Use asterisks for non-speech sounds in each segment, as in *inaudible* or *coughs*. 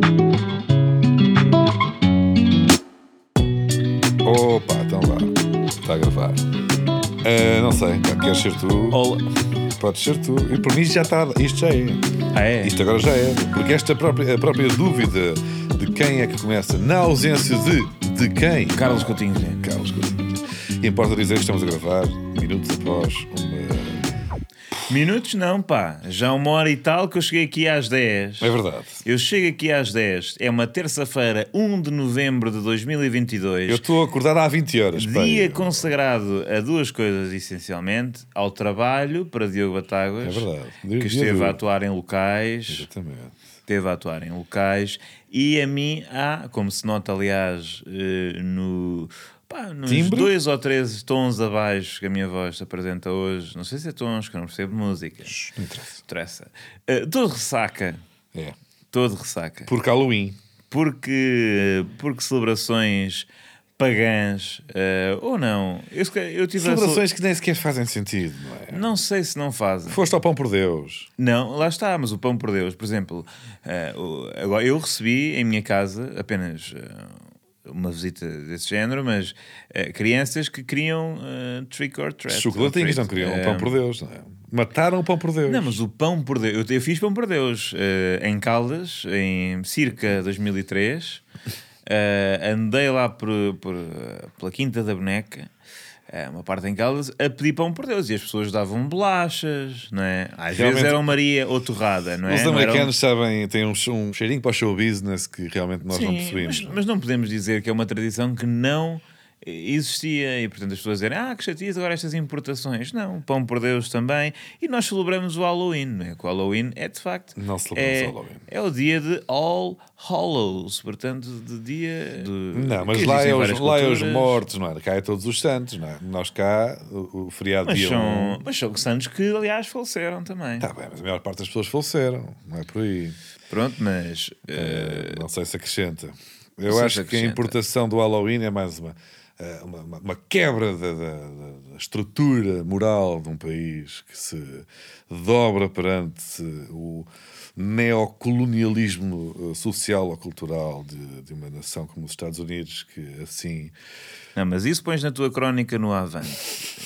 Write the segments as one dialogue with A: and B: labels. A: então Eh, não sei. Pá, Queres ser tu?
B: Olá.
A: Podes ser tu. E para mim já está. Isto já é.
B: Ah, é?
A: Isto agora já é. Porque esta própria, a própria dúvida de quem é que começa, na ausência de de quem,
B: Carlos Coutinho. né? Vilhena.
A: Carlos Coutinho. Importa dizer que estamos a gravar minutos após uma.
B: Minutos não, pá. Já uma hora e tal que eu cheguei aqui às 10.
A: É verdade.
B: Eu chego aqui às 10. É uma terça-feira, 1 de novembro de 2022.
A: Eu estou acordado há 20 horas. pá.
B: Dia consagrado a duas coisas, essencialmente: ao trabalho para Diogo Batáguas,
A: É verdade. Dia-
B: que
A: dia
B: esteve
A: duro.
B: a atuar em locais,
A: Exatamente.
B: esteve a atuar em locais, e a mim há, como se nota, aliás, eh, no. Pá, nos
A: Timbre?
B: dois ou três tons abaixo que a minha voz se apresenta hoje, não sei se é tons, que eu não percebo música.
A: Não interessa.
B: Interessa. Eh, Estou de ressaca.
A: É.
B: Estou de ressaca.
A: Porque Halloween.
B: Porque, porque celebrações pagãs eh, ou não. Eu, se calhar- eu tive a
A: Celebrações que nem sequer fazem sentido, não é?
B: cele- Não sei se não fazem.
A: Foste ao pão por Deus.
B: Não, lá está, mas o pão por Deus, por exemplo, eh, o- agora eu recebi em minha casa apenas eh, uma visita desse género, mas eh, crianças que criam eh, trick or treat. eh,
A: Chocolatinhos não queriam o pão por Deus, não é? Mataram o pão por Deus.
B: Não, mas o pão por Deus. Eu, eu fiz pão por Deus eh, em Caldas, em circa 2003. Eh, andei lá por, por, eh, pela Quinta da Boneca, eh, uma parte em Caldas, a pedir pão por Deus. E as pessoas davam bolachas, não é? Às vezes
A: Realmente-
B: eram Maria ou torrada, não é?
A: Ah, Os
B: Não eram-
A: americanos sabem, têm um, um cheirinho para o show business que realmente nós não
B: Sim,
A: possuímos.
B: Mas, mas não podemos dizer que é uma tradição que não eh, existia e portanto as pessoas dizem ah que chatice agora estas importações não pão por Deus também e nós celebramos o Halloween não é? que o Halloween é de facto
A: Não celebramos
B: é,
A: o Halloween.
B: é o dia de All Hallows portanto de dia de,
A: Não,
B: que
A: mas lá
B: existem
A: é, os,
B: várias
A: lá é os
B: culturas.
A: mortos, não é? Cá é todos os santos, não é? Nós cá, o, o feriado
B: mas
A: dia um-
B: são, mas são santos que aliás faleceram também
A: Tá bem, mas a maior parte das pessoas faleceram, não é por aí.
B: pronto mas eh,
A: Não sei se acrescenta. Eu
B: sei se
A: acho que a
B: acrescenta.
A: importação do Halloween é mais uma, eh, uma, uma- uma quebra da, da- da- da estrutura moral de um país que se dobra perante o neocolonialismo eh, social ou cultural de, de uma nação como os Estados Unidos, que assim.
B: Não, mas isso pões na tua crónica no Avante.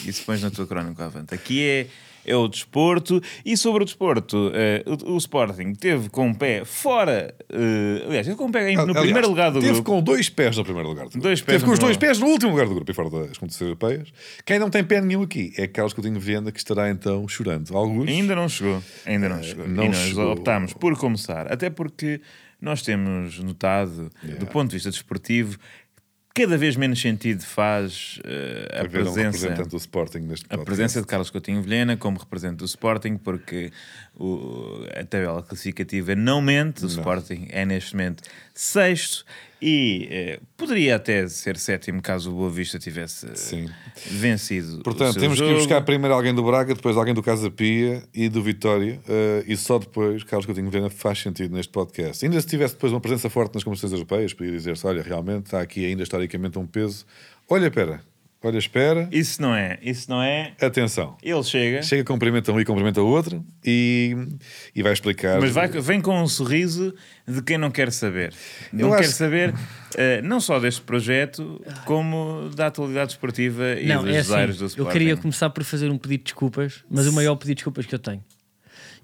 B: Isso pões na tua crónica no Avante. Aqui é, é o desporto. E sobre o desporto, eh, o, o Sporting teve com o pé fora. eh, aliás, teve com o pé em- no
A: Aliás,
B: primeiro lugar do
A: teve
B: grupo.
A: com dois pés no primeiro lugar do grupo.
B: Dois pés
A: teve com
B: no
A: os dois
B: primeiro
A: pés no último lugar do grupo e fora das competições europeias. Quem não tem pé nenhum aqui é Carlos Coutinho de Viena, que estará então chorando. Alguns.
B: Ainda não chegou. Ainda não chegou.
A: Eh, não
B: e nós
A: chegou.
B: optámos por começar. Até porque nós temos notado, do ponto de vista desportivo, cada vez menos sentido faz eh, a
A: haver um
B: presença.
A: representante do Sporting neste
B: A presença de Carlos Coutinho Vilhena como representante do Sporting, porque o- a tabela classificativa não mente, o Sporting é neste momento sexto e eh, poderia até ser sétimo caso o Boa Vista tivesse eh,
A: Sim.
B: vencido. o
A: Portanto,
B: seu
A: temos que ir
B: jogo.
A: buscar primeiro alguém do Braga, depois alguém do Casa Pia e do Vitória, eh, e só depois Carlos Coutinho de Viana faz sentido neste podcast. Ainda se tivesse depois uma presença forte nas competições europeias, podia dizer-se: olha, realmente está aqui ainda historicamente um peso. Olha, pera, olha, espera,
B: Isso não é, isso não é.
A: atenção.
B: Ele chega,
A: Chega, cumprimenta um e cumprimenta o outro e, e vai explicar.
B: mas vai- vem com um sorriso de quem não quer saber. Não
A: acho-
B: quer saber eh, não só deste projeto, como da atualidade esportiva e
C: Não,
B: dos
C: é
B: desaires do
C: assim, eu
B: Sporting.
C: queria começar por fazer um pedido de desculpas, mas o maior pedido de desculpas que eu tenho.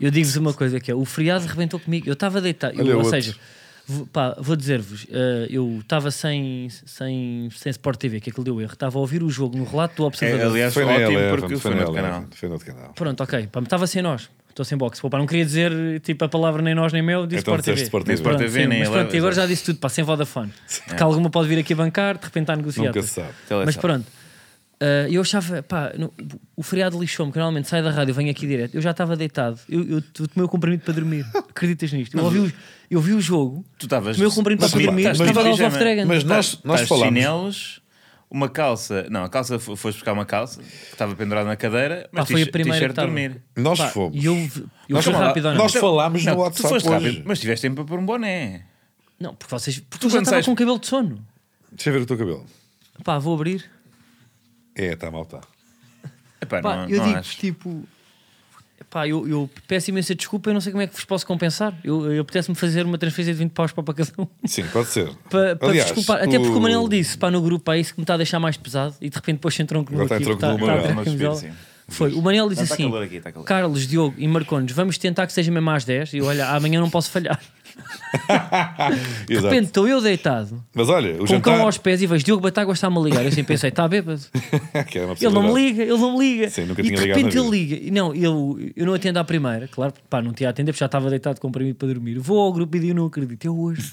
C: Eu digo-vos uma coisa que é, o feriado rebentou comigo, eu estava deitado, eu-
A: Olha
C: ou
A: outro.
C: seja, vou, pá, vou dizer-vos, eh, eu estava sem, sem, sem Sport TV, que aquilo deu erro, estava a ouvir o jogo no relato do
B: É,
C: Observador.
B: aliás,
A: Foi na
B: ótimo
A: Eleven,
B: porque foi no outro canal.
A: Foi no outro canal.
C: Pronto, ok, pá, mas estava sem nós, estou sem boxe, pá, não queria dizer tipo a palavra nem nós nem meu, disse
A: Então
C: Sport TV.
A: disseste Sport
B: Nem
A: TV.
B: Sport
C: Pronto,
B: TV,
C: sim,
B: nem É.
C: mas pronto,
B: Eleven,
C: agora já
B: exato.
C: disse tudo, pá,
B: *laughs*
C: sem Vodafone. Que alguma pode vir aqui a bancar, de repente está a negociar.
A: Nunca se sabe.
C: Mas
B: Telesal.
C: pronto, ah, eu achava, pá, no- o feriado lixou-me, que normalmente sai da rádio, venho aqui direto. Eu já estava deitado, eu, eu t- tomei o comprimido
A: *laughs*
C: para dormir. Acreditas nisto? Eu ouvi o, eu vi o jogo,
B: Tu estavas.
C: tomei o comprimido para
A: Mas repara, mas-
C: dormir, estava
A: mas-
C: Love of Dragon.
A: Mas nós, nós
B: Estás de
A: falámos.
B: chinelos, uma calça. Não, a calça fo- foste buscar uma calça, que estava pendurada na cadeira, mas
C: Pá, Ah, foi a
B: t-
C: primeira
B: t-shirt
C: que estava.
B: dormir.
A: Nós
C: Pá,
A: fomos.
C: E eu, vi- eu
A: Nós
C: fui
A: falámos-
C: rápido ou não?
A: Nós falámos no
B: Não,
A: WhatsApp
B: tu foste
A: hoje.
B: rápido, mas tiveste tempo para pôr um boné.
C: Não, porque vocês. Porque
B: Tu
C: eu já
B: quando
C: estava
B: sais-
C: com o cabelo de sono.
A: Deixa eu ver o teu cabelo.
C: Pá, vou abrir.
A: É, está mal, está.
B: Epá,
C: Pá,
B: não,
C: eu
B: não
C: digo
B: acho.
C: tipo. Pá, eu, eu peço imensa desculpa, eu não sei como é que vos posso compensar. Eu, eu pudesse-me fazer uma transferência de 20 paus para cada um.
A: Sim, pode ser.
C: *laughs* Para, para
A: Aliás,
C: desculpar. Até porque o
A: o-
C: Manel disse, pá, no grupo, é isso que me está a deixar mais pesado. E de repente depois entrou um
A: Agora
C: clube
A: está
C: aqui.
A: tá em tronco
C: porque
A: do
C: está-
A: Manel.
C: está a tirar
B: Vamos ver,
C: camisola.
B: sim.
C: Foi. O Manel disse
B: Não, está
C: assim,
B: calor aqui, está calor.
C: Carlos, Diogo e Marcones, vamos tentar que seja mesmo às 10. E eu, olha, amanhã não posso falhar. De
A: Exato.
C: repente estou eu deitado,
A: Mas olha, o
C: com o
A: jantar. *laughs*
C: cão aos pés e vejo Diogo Batágua está-me a ligar. Eu assim pensei, está bêbado.
A: que era uma
C: Ele não me
A: possibilidade.
C: liga, ele não me liga.
A: Sim, nunca
C: e
A: tinha
C: de
A: ligado na
C: repente ele liga. E Não, eu, eu não atendo à primeira, claro, porque, pá, não tinha a atender, porque já estava deitado com comprimido para dormir. Vou ao grupo e digo, não acredito, eu
B: *laughs*
C: hoje.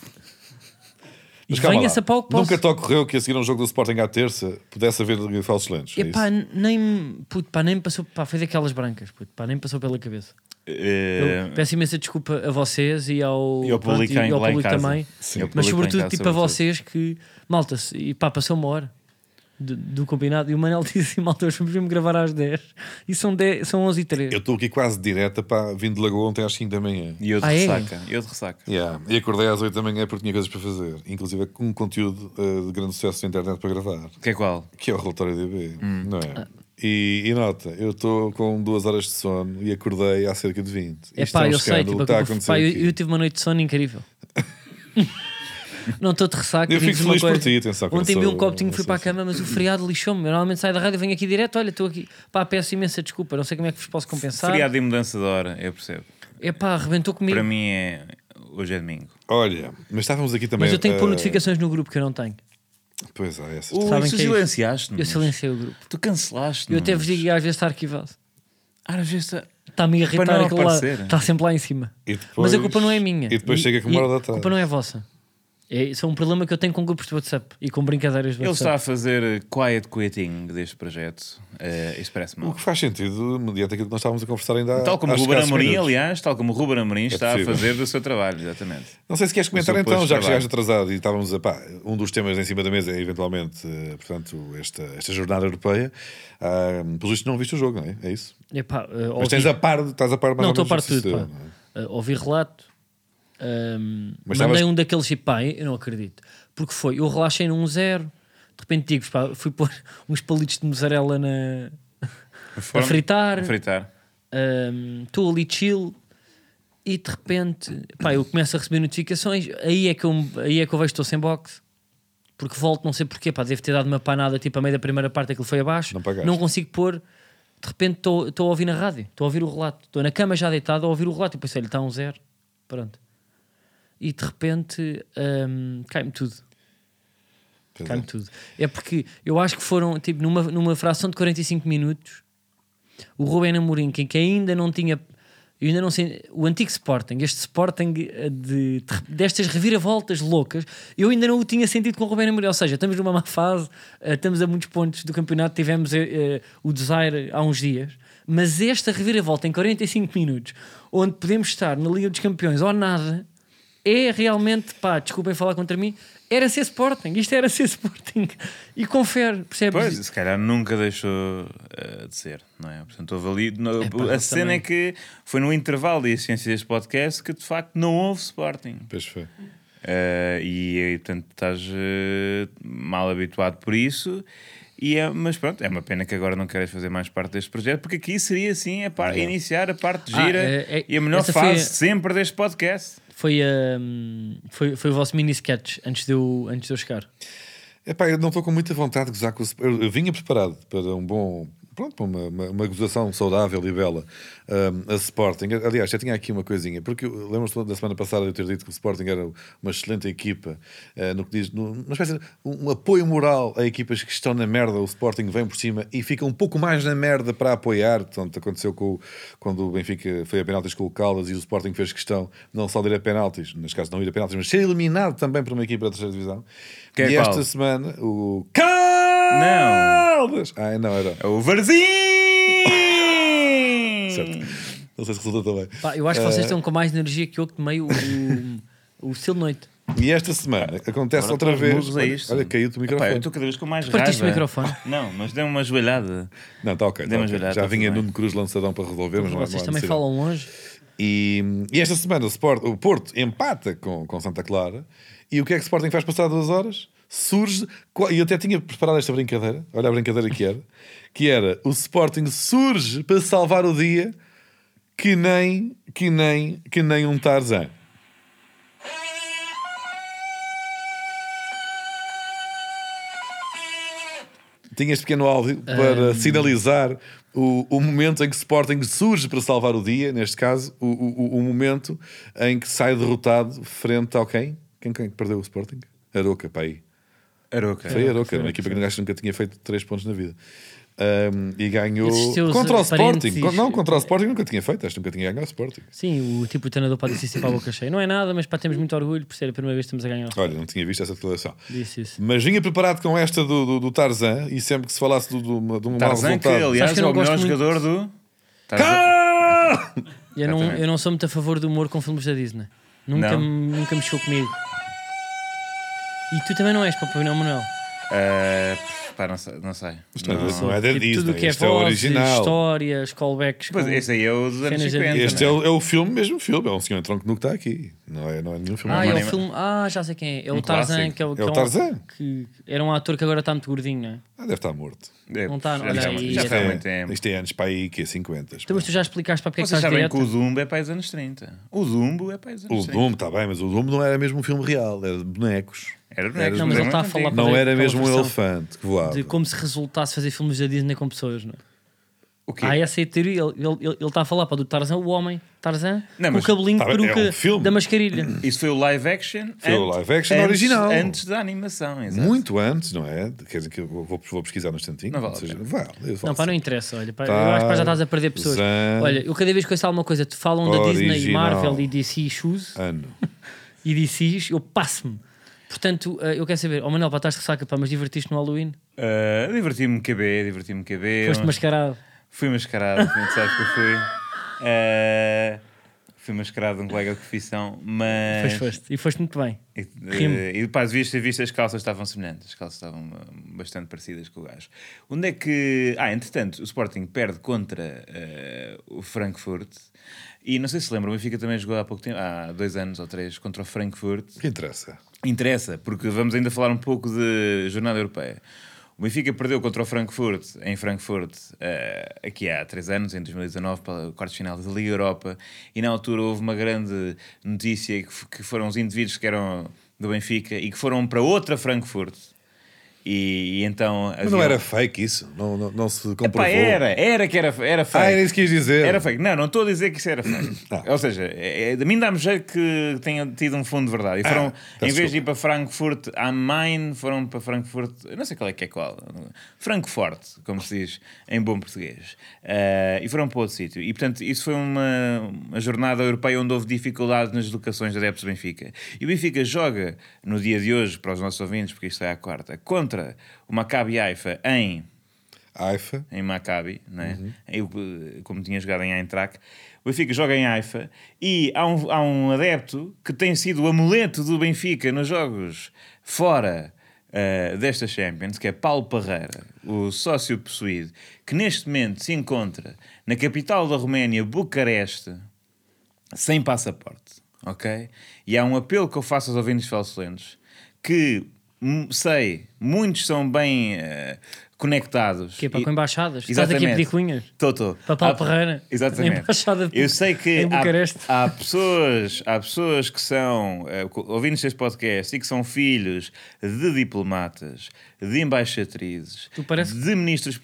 C: E
A: Mas calma lá.
C: venha-se a pau que posso.
A: Nunca te ocorreu que a seguir a um jogo do Sporting à terça pudesse haver falsos lentes. é
C: Epá,
A: isso?
C: n- nem, me- puto, pá, nem me passou, pá, foi daquelas brancas, puto, pá, nem me passou pela cabeça. Eu
B: Eh,
C: peço imensa desculpa a vocês e ao,
B: E ao
C: pronto,
B: público, em-
C: e ao
B: lá em
C: público
B: casa.
C: também,
B: Sim, ao
C: mas
B: público lá em
C: sobretudo
B: casa,
C: tipo a
B: sobretudo.
C: vocês que, malta, se- e pá, passou uma hora do, do combinado e o Manel *laughs* disse, assim, malta, hoje vamos mesmo gravar às 10 e são, 10, são 11 e 3.
A: Eu estou aqui quase direta para vindo de Lagoa ontem às 5 da manhã.
B: E eu de
C: Ah, é?
B: ressaca. Eu de ressaca.
A: Yeah. E acordei às 8 da manhã porque tinha coisas para fazer, inclusive com um conteúdo uh, de grande sucesso na internet para gravar,
B: Que é qual?
A: que é o relatório DB,
C: Hum.
A: não
C: Ah.
A: é? E, e nota, eu estou com duas horas de sono e acordei há cerca de 20.
C: É
A: Isto é
C: pá,
A: um
C: eu sei,
A: escândalo
C: tipo,
A: que
C: a
A: está a
C: culpa-
A: acontecer.
C: pá, eu,
A: aqui.
C: eu tive uma noite de sono incrível. *laughs* não estou de ressaca.
A: Eu
C: digo-vos
A: fico
C: uma
A: feliz por
C: coisa.
A: ti, atenção, que eu
C: Ontem
A: sou-
C: vi um copotinho, fui
A: sou
C: para a cama, mas o feriado lixou-me. Eu normalmente saio da rádio e venho aqui direto. Olha, estou aqui. Pá, peço imensa desculpa, não sei como é que vos posso compensar.
B: Feriado e mudança de hora, eu percebo.
C: É pá, arrebentou comigo.
B: Para mim é. Hoje é domingo.
A: Olha, mas estávamos aqui também.
C: mas eu tenho que pôr
A: eh,
C: notificações no grupo que eu não tenho.
A: Pois é, essas.
B: Ui,
C: Sabem
B: tu
C: que é isso?
B: silenciaste-nos.
A: Uhum.
C: Eu silenciei o grupo.
B: Tu cancelaste.
C: Eu até vos digo, às vezes está arquivado.
B: Ah, às vezes está-
C: Está-me a
B: Para
C: irritar
B: não
C: aquele lá.
B: aparecer.
C: Está sempre lá em cima.
A: E depois-
C: Mas a culpa não é minha.
A: e depois chega com
C: e
A: uma hora da
C: A culpa
A: tarde.
C: não é vossa. É, isso é um problema que eu tenho com grupos de WhatsApp e com brincadeiras de
B: Ele está
C: WhatsApp.
B: a fazer eh, quiet quitting deste projeto. Eh, isso parece
A: O
B: mal.
A: que faz sentido mediante aquilo que nós estávamos a conversar ainda há
B: Tal como
A: há
B: o Ruben
A: escassos
B: Amorim,
A: minutos.
B: aliás, tal como o Ruben Amorim está
A: possível.
B: a fazer do seu trabalho, exatamente.
A: Não sei se queres comentar
B: seu
A: então,
B: posto
A: já que
B: de
A: chegaste atrasado e estávamos a pá, um dos temas em cima da mesa é eventualmente, eh, portanto, esta, esta jornada europeia. Ah, Pelo visto não viste o jogo, não é? É isso?
C: Epá, eh,
A: Mas
C: ouvi-
A: tens a par, estás a par mais
C: Não,
A: ou
C: estou a
A: menos
C: par
A: do que
C: de tudo. pá.
A: sucedeu, não é?
C: Eh, ouvi relato. ehm,
A: Mas
C: mandei
A: estavas-
C: um daqueles e pá, eu não acredito. Porque foi, eu relaxei num zero, de repente digo, pá, fui pôr *laughs* uns palitos de mussarela na... a
B: Forno-
C: fritar,
B: A fritar.
C: ehm, estou ali chill e de repente pá, eu começo a receber notificações. Aí é que eu, aí é que eu vejo que estou sem box. Porque volto, não sei porquê, pá, devo ter dado uma panada tipo a meio da primeira parte, aquilo foi abaixo.
A: Não pagaste.
C: consigo pôr. De repente estou estou a ouvir na rádio, estou a ouvir o relato. Estou na cama já deitado a ouvir o relato. E depois ele está um zero. Pronto. E de repente ehm, cai-me tudo.
A: Pois
C: Cai-me
A: é.
C: tudo. É porque eu acho que foram, tipo, numa, numa fração de 45 minutos, o Rubén Amorim, que, que ainda não tinha. eu Ainda não sei, o antigo Sporting, este Sporting eh, de, de- destas reviravoltas loucas, eu ainda não o tinha sentido com o Rubén Amorim. Ou seja, estamos numa má fase, eh, estamos a muitos pontos do campeonato, tivemos eh, eh, o Desire há uns dias, mas esta reviravolta em 45 minutos, onde podemos estar na Liga dos Campeões ou nada, é realmente, pá, desculpem falar contra mim, era ser Sporting, isto era ser Sporting. E confere, percebes?
B: Pois, se calhar nunca deixou eh, de ser, não é? Portanto, houve ali. no-
C: pá,
B: a cena
C: também.
B: é que foi no intervalo da essência deste podcast que de facto não houve Sporting.
A: Pois foi.
B: Eh, e, e, portanto estás eh, mal habituado por isso. E é, mas pronto, é uma pena que agora não queres fazer mais parte deste projeto, porque aqui seria sim a par- iniciar a parte
C: Ah,
B: gira
C: é- é-
B: e a melhor
C: essa
B: fase
C: foi a-
B: sempre deste podcast.
C: Foi, hum, foi, foi o vosso mini sketch antes de eu, antes de eu chegar.
A: Epá, eu não estou com muita vontade de gozar com o Sp- eu, eu vinha preparado para um bom. Pronto, para uma, uma, uma gozação saudável e bela hum, a Sporting. Aliás, já tinha aqui uma coisinha, porque eu- lembras-te da semana passada de eu ter dito que o Sporting era uma excelente equipa, eh, no que diz, no- uma espécie de um, um apoio moral a equipas que estão na merda. O Sporting vem por cima e fica um pouco mais na merda para apoiar. Portanto, aconteceu com o- quando o Benfica foi a penaltis com o Caldas e o Sporting fez questão não só de ir a penaltis, neste caso não ir a penaltis, mas ser eliminado também por uma equipa da terceira divisão.
B: Que é
A: e
B: qual?
A: esta semana o Caldas! Não! Ai, não, era.
B: É o Varzim!
A: Certo. Não sei se resultou também.
C: Pá, eu acho que
A: Eh,
C: vocês estão com mais energia que eu que tomei o,
A: *laughs*
C: o, o Sil Noite.
A: E esta semana acontece
B: Agora
A: outra
B: tu
A: vez.
B: mudos a
A: Olha,
B: é isto.
A: olha, caiu-te o
B: Epá,
A: microfone.
B: eu estou cada vez com mais
C: Partiste
B: raiva.
C: o microfone.
B: Não, mas deu uma joelhada.
A: Não, está ok. tá
B: Demos
A: ok.
B: olhar,
A: Já
B: tá
A: vinha
B: tudo bem.
A: Nuno Cruz lançadão para resolver, mas não há-
C: Vocês
A: não é há
C: também
A: necessidade.
C: falam longe.
A: E, e esta semana o, Sport- o Porto empata com, com Santa Clara. E o que é que o Sporting faz passar duas horas? Surge. qua- E eu até tinha preparado esta brincadeira. Olha a brincadeira que era. Que era o Sporting surge para salvar o dia que nem, que nem, que nem um Tarzan. Tinha este pequeno áudio para sinalizar o, o momento em que Sporting surge para salvar o dia, neste caso, o, o, o- o momento em que sai derrotado frente ao quem? Quem, quem perdeu o Sporting? Aroca, para aí.
B: Aroca.
A: Foi a Aroca, uma equipa que gajo nunca tinha feito 3 pontos na vida. Um, e ganhou
C: Esses teus
A: contra o
C: parênteses-
A: Sporting. Con- Não, contra o Sporting nunca tinha feito, acho que nunca tinha ganho ao Sporting.
C: Sim, o tipo o treinador pode dizer sempre à boca cheia. Não é nada, mas pá, temos muito orgulho por ser a primeira vez que estamos a ganhar.
A: Olha, não tinha visto essa declaração.
C: Disse isso.
A: Mas vinha preparado com esta do, do- do Tarzan e sempre que se falasse do, do, de um mau
B: Tarzan, que
A: resultado.
B: aliás
C: Sabes que eu
B: é
C: não
B: o melhor
C: gosto muito-
B: jogador do. Tarzan-
A: Ah!
C: Eu não,
B: Exatamente.
C: eu não sou muito a favor do humor com filmes da Disney. Nunca,
B: Não?
C: me- nunca mexeu comigo. E tu também não és, Papai Noel Manuel.
B: Eh, pá, não sei. Não sei.
A: Não,
B: Não-
A: isso não é da
C: Tipo,
A: Disney,
C: tudo o que é
A: este é o
C: vozes,
A: original.
C: histórias, callbacks.
B: Pois,
C: com-
B: esse aí é o dos anos
C: Cenas de-
B: 50.
A: Este
B: não
A: é o, é o filme, mesmo filme. É um senhor em tronco nu que está aqui. Não é, não é nenhum filme.
C: Ah, é o
B: anima-
C: filme. Ah, já sei quem é. É o
B: Um
C: Tarzan,
B: clássico.
C: que é o, que
A: É o
C: um-
A: Tarzan?
C: que era um ator que agora está muito gordinho, não é?
A: Ah, deve estar morto.
B: É,
C: Não tá,
B: já
C: olha
B: está-
C: aí.
B: Já
A: Isto
B: está há muito
A: é,
B: tempo.
A: isto é anos para aí, que é 50.
C: Então, mas tu já explicaste para porque é que
B: Vocês
C: estás
B: sabem
C: direto.
B: que o Dumbo é para os anos 30. O Dumbo é para os anos
A: O
B: 30.
A: Dumbo, está bem, mas o Dumbo não era mesmo um filme real, era de bonecos.
B: Era
A: Era
B: boneco,
A: dos
C: Não, mas ele
B: é
C: está a
B: muito
C: falar
B: antigo.
C: para
A: Não
C: ver
A: era
C: aquela
A: mesmo um
C: versão
A: elefante que voava.
C: De como se resultasse fazer filmes da Disney com pessoas, não é?
B: O quê?
C: Ah, essa é a teoria. Ele está ele, ele está a falar para do Tarzan, o homem Tarzan,
B: Não,
C: com o
B: mas-
C: cabelinho
A: tá
C: de
A: bem, é um
C: peruca
A: filme.
C: da mascarilha.
B: Isso foi o live action.
A: Foi o
B: antes-
A: live action
B: antes-
A: original.
B: Antes da animação, exato.
A: Muito antes, não é? Quer dizer que eu vou, vou pesquisar no instantinho.
B: Não vale
A: Ou
B: a
A: seja,
B: pena.
A: vale, eu falo
C: Não, pá, não
A: assim.
C: interessa. Olha, pá, eu
A: Tarzan.
C: acho que pá, já estás a perder pessoas. Olha, eu cada vez que ouço alguma coisa, te falam da Disney,
A: Original.
C: Marvel e DC Shoes
A: Ano.
C: e DCs, eu passo-me. Portanto, eh, eu quero saber, ó Manuel, pá, estás de ressaca, pá, mas divertiste no Halloween?
B: Ah, diverti-me cabê, diverti-me cabê.
C: Foste mascarado.
B: Fui mascarado, como tu sabes que eu fui. Ah, fui mascarado de um colega de profissão, mas.
A: É.
C: Foste, foste. E foste muito bem.
B: E,
C: Rimo.
B: eh, e pá, devias ter visto as calças estavam semelhantes, as calças estavam eh, bastante parecidas com o gajo. Onde é que. Ah, entretanto, o Sporting perde contra eh, o Frankfurt. E não sei se lembram, o Benfica também jogou há pouco tempo, há dois anos ou três, contra o Frankfurt.
A: O que
B: *laughs*
A: interessa?
B: Interessa, porque vamos ainda falar um pouco de jornada europeia. O Benfica perdeu contra o Frankfurt, em Frankfurt, eh, aqui há três anos, em 2019, para o quarto final da Liga Europa. E na altura houve uma grande notícia que, f- que foram os indivíduos que eram do Benfica e que foram para outra Frankfurt. E, e então.
A: Mas não era fake isso? Não, não, não se comprovou?
B: Epá, era, era que era, era fake.
A: Ah, era isso que quis dizer.
B: Era fake. Não, não estou a dizer que isso era fake.
A: Ah.
B: Ou seja, é, é- a mim dá-me jeito que tenha tido um fundo de verdade. E foram,
A: peço
B: em vez de ir para Frankfurt am Main, foram para Frankfurt, eu não sei qual é que é qual, Frankfurt, como se diz em bom português. Ah, e foram para outro sítio. E portanto, isso foi uma, uma jornada europeia onde houve dificuldade nas locações da Depes Benfica. E o Benfica joga no dia de hoje, para os nossos ouvintes, porque isto é a quarta, contra o Maccabi Haifa em
A: Haifa.
B: em Maccabi, né? Eu, eh, como tinha jogado em Eintracht, o Benfica joga em Haifa e há um, há um adepto que tem sido o amuleto do Benfica nos jogos fora eh, desta Champions, que é Paulo Parreira, o sócio possuído, que neste momento se encontra na capital da Roménia, Bucareste, sem passaporte, ok? E há um apelo que eu faço aos ouvintes falsolentos que hum, sei, muitos são bem eh, conectados.
C: Que é, pá,
B: E-
C: com embaixadas? Estás aqui a pedir cunhas?
B: Estou, estou.
C: Para Paulo
B: Há-
C: Parreira? Na
B: Exatamente.
C: embaixada de-
B: Eu sei que
C: em
B: há-
C: Bucareste.
B: há, pessoas, há pessoas que são eh, co- ouvintes deste podcast e que são filhos de diplomatas, de embaixatrizes,
C: Tu parece-
B: de ministros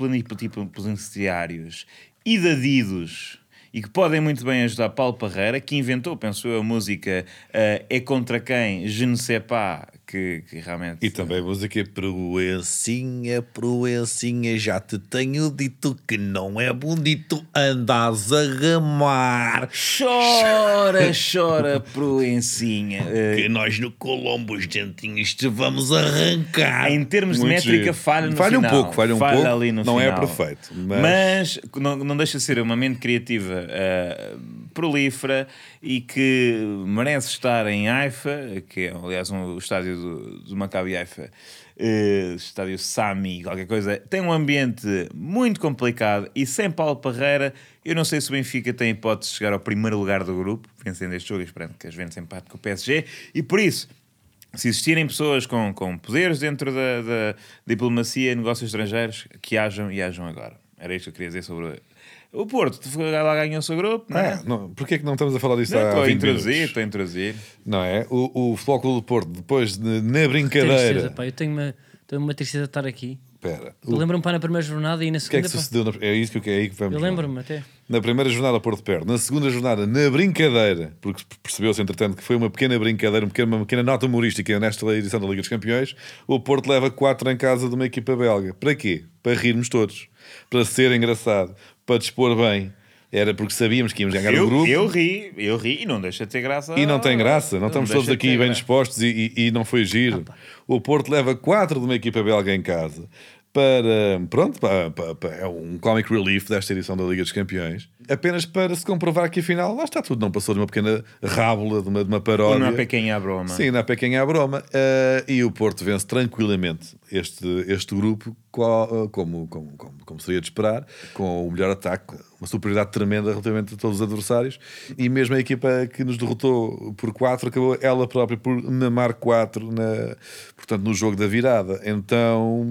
B: plenipotenciários e de adidos. E que podem muito bem ajudar Paulo Parreira, que inventou, penso eu, a música eh, É Contra Quem, Je ne sais pas, que, que realmente...
A: E também a música é Proencinha, Proencinha, já te tenho dito que não é bonito andas a ramar.
B: Chora, chora, proencinha. Eh,
A: Que nós no Colombo, os dentinhos, te vamos arrancar.
B: Ah, Em termos de
A: Muito
B: métrica,
A: giro.
B: falha no
A: Falha um
B: final.
A: pouco, falha um pouco.
B: ali no
A: Não é
B: final.
A: perfeito, mas-
B: Mas não, não deixa de ser uma mente criativa ah, prolífera e que merece estar em Haifa, que é, aliás, um, o estádio do, do Maccabi Haifa, eh, estádio Sami, qualquer coisa. Tem um ambiente muito complicado e sem Paulo Parreira, eu não sei se o Benfica tem hipótese de chegar ao primeiro lugar do grupo, vencendo este jogo e esperando que as Juventus empate com o PSG, e por isso se existirem pessoas com, com poderes dentro da, da diplomacia e negócios estrangeiros, que hajam e hajam agora. Era isto que eu queria dizer sobre O Porto lá ganhou o seu grupo, não é?
A: Ah, não, porquê que não estamos a falar disto
B: Não, é
A: há
B: Estou a
A: 20
B: introduzir,
A: minutos?
B: estou a introduzir.
A: Não é? O, o Futebol Clube do Porto, depois, de- na
C: Tristeza,
A: brincadeira...
C: pá, eu tenho uma, tenho uma tristeza de estar aqui.
A: Espera. O
C: Eu lembro-me, pá, na primeira jornada e
A: que
C: na
A: é
C: segunda.
A: que
C: pá,
A: sucedeu? na- É isso que é aí que vamos
C: eu
A: lá.
C: lembro-me até.
A: Na primeira jornada o Porto perde, na segunda jornada na brincadeira, porque percebeu-se entretanto que foi uma pequena brincadeira, uma pequena, uma pequena nota humorística nesta edição da Liga dos Campeões, o Porto leva 4 em casa de uma equipa belga. Para quê? Para rirmos todos, para ser engraçado, para dispor bem. Era porque sabíamos que íamos ganhar o
B: Eu,
A: grupo.
B: eu ri, eu ri e não deixa de ter graça.
A: E não tem graça, não, estamos
B: deixa
A: todos
B: de
A: aqui
B: ter é?
A: bem
B: graça.
A: dispostos e, e- e não foi giro. o Porto leva 4 de uma equipa belga em casa para. Pronto, para, para- para- é um comic relief desta edição da Liga dos Campeões, apenas para se comprovar que afinal lá está tudo, não passou de uma pequena rábula, de uma, de uma paródia.
B: Não é há pequenha à broma.
A: Sim, na pequena à broma. Eh, e o Porto vence tranquilamente este, este grupo, co- eh, como, como, como, como seria de esperar, com o melhor ataque, uma superioridade tremenda relativamente a todos os adversários. E mesmo a equipa que nos derrotou por 4 acabou ela própria por namar 4 na, portanto, no jogo da virada. Então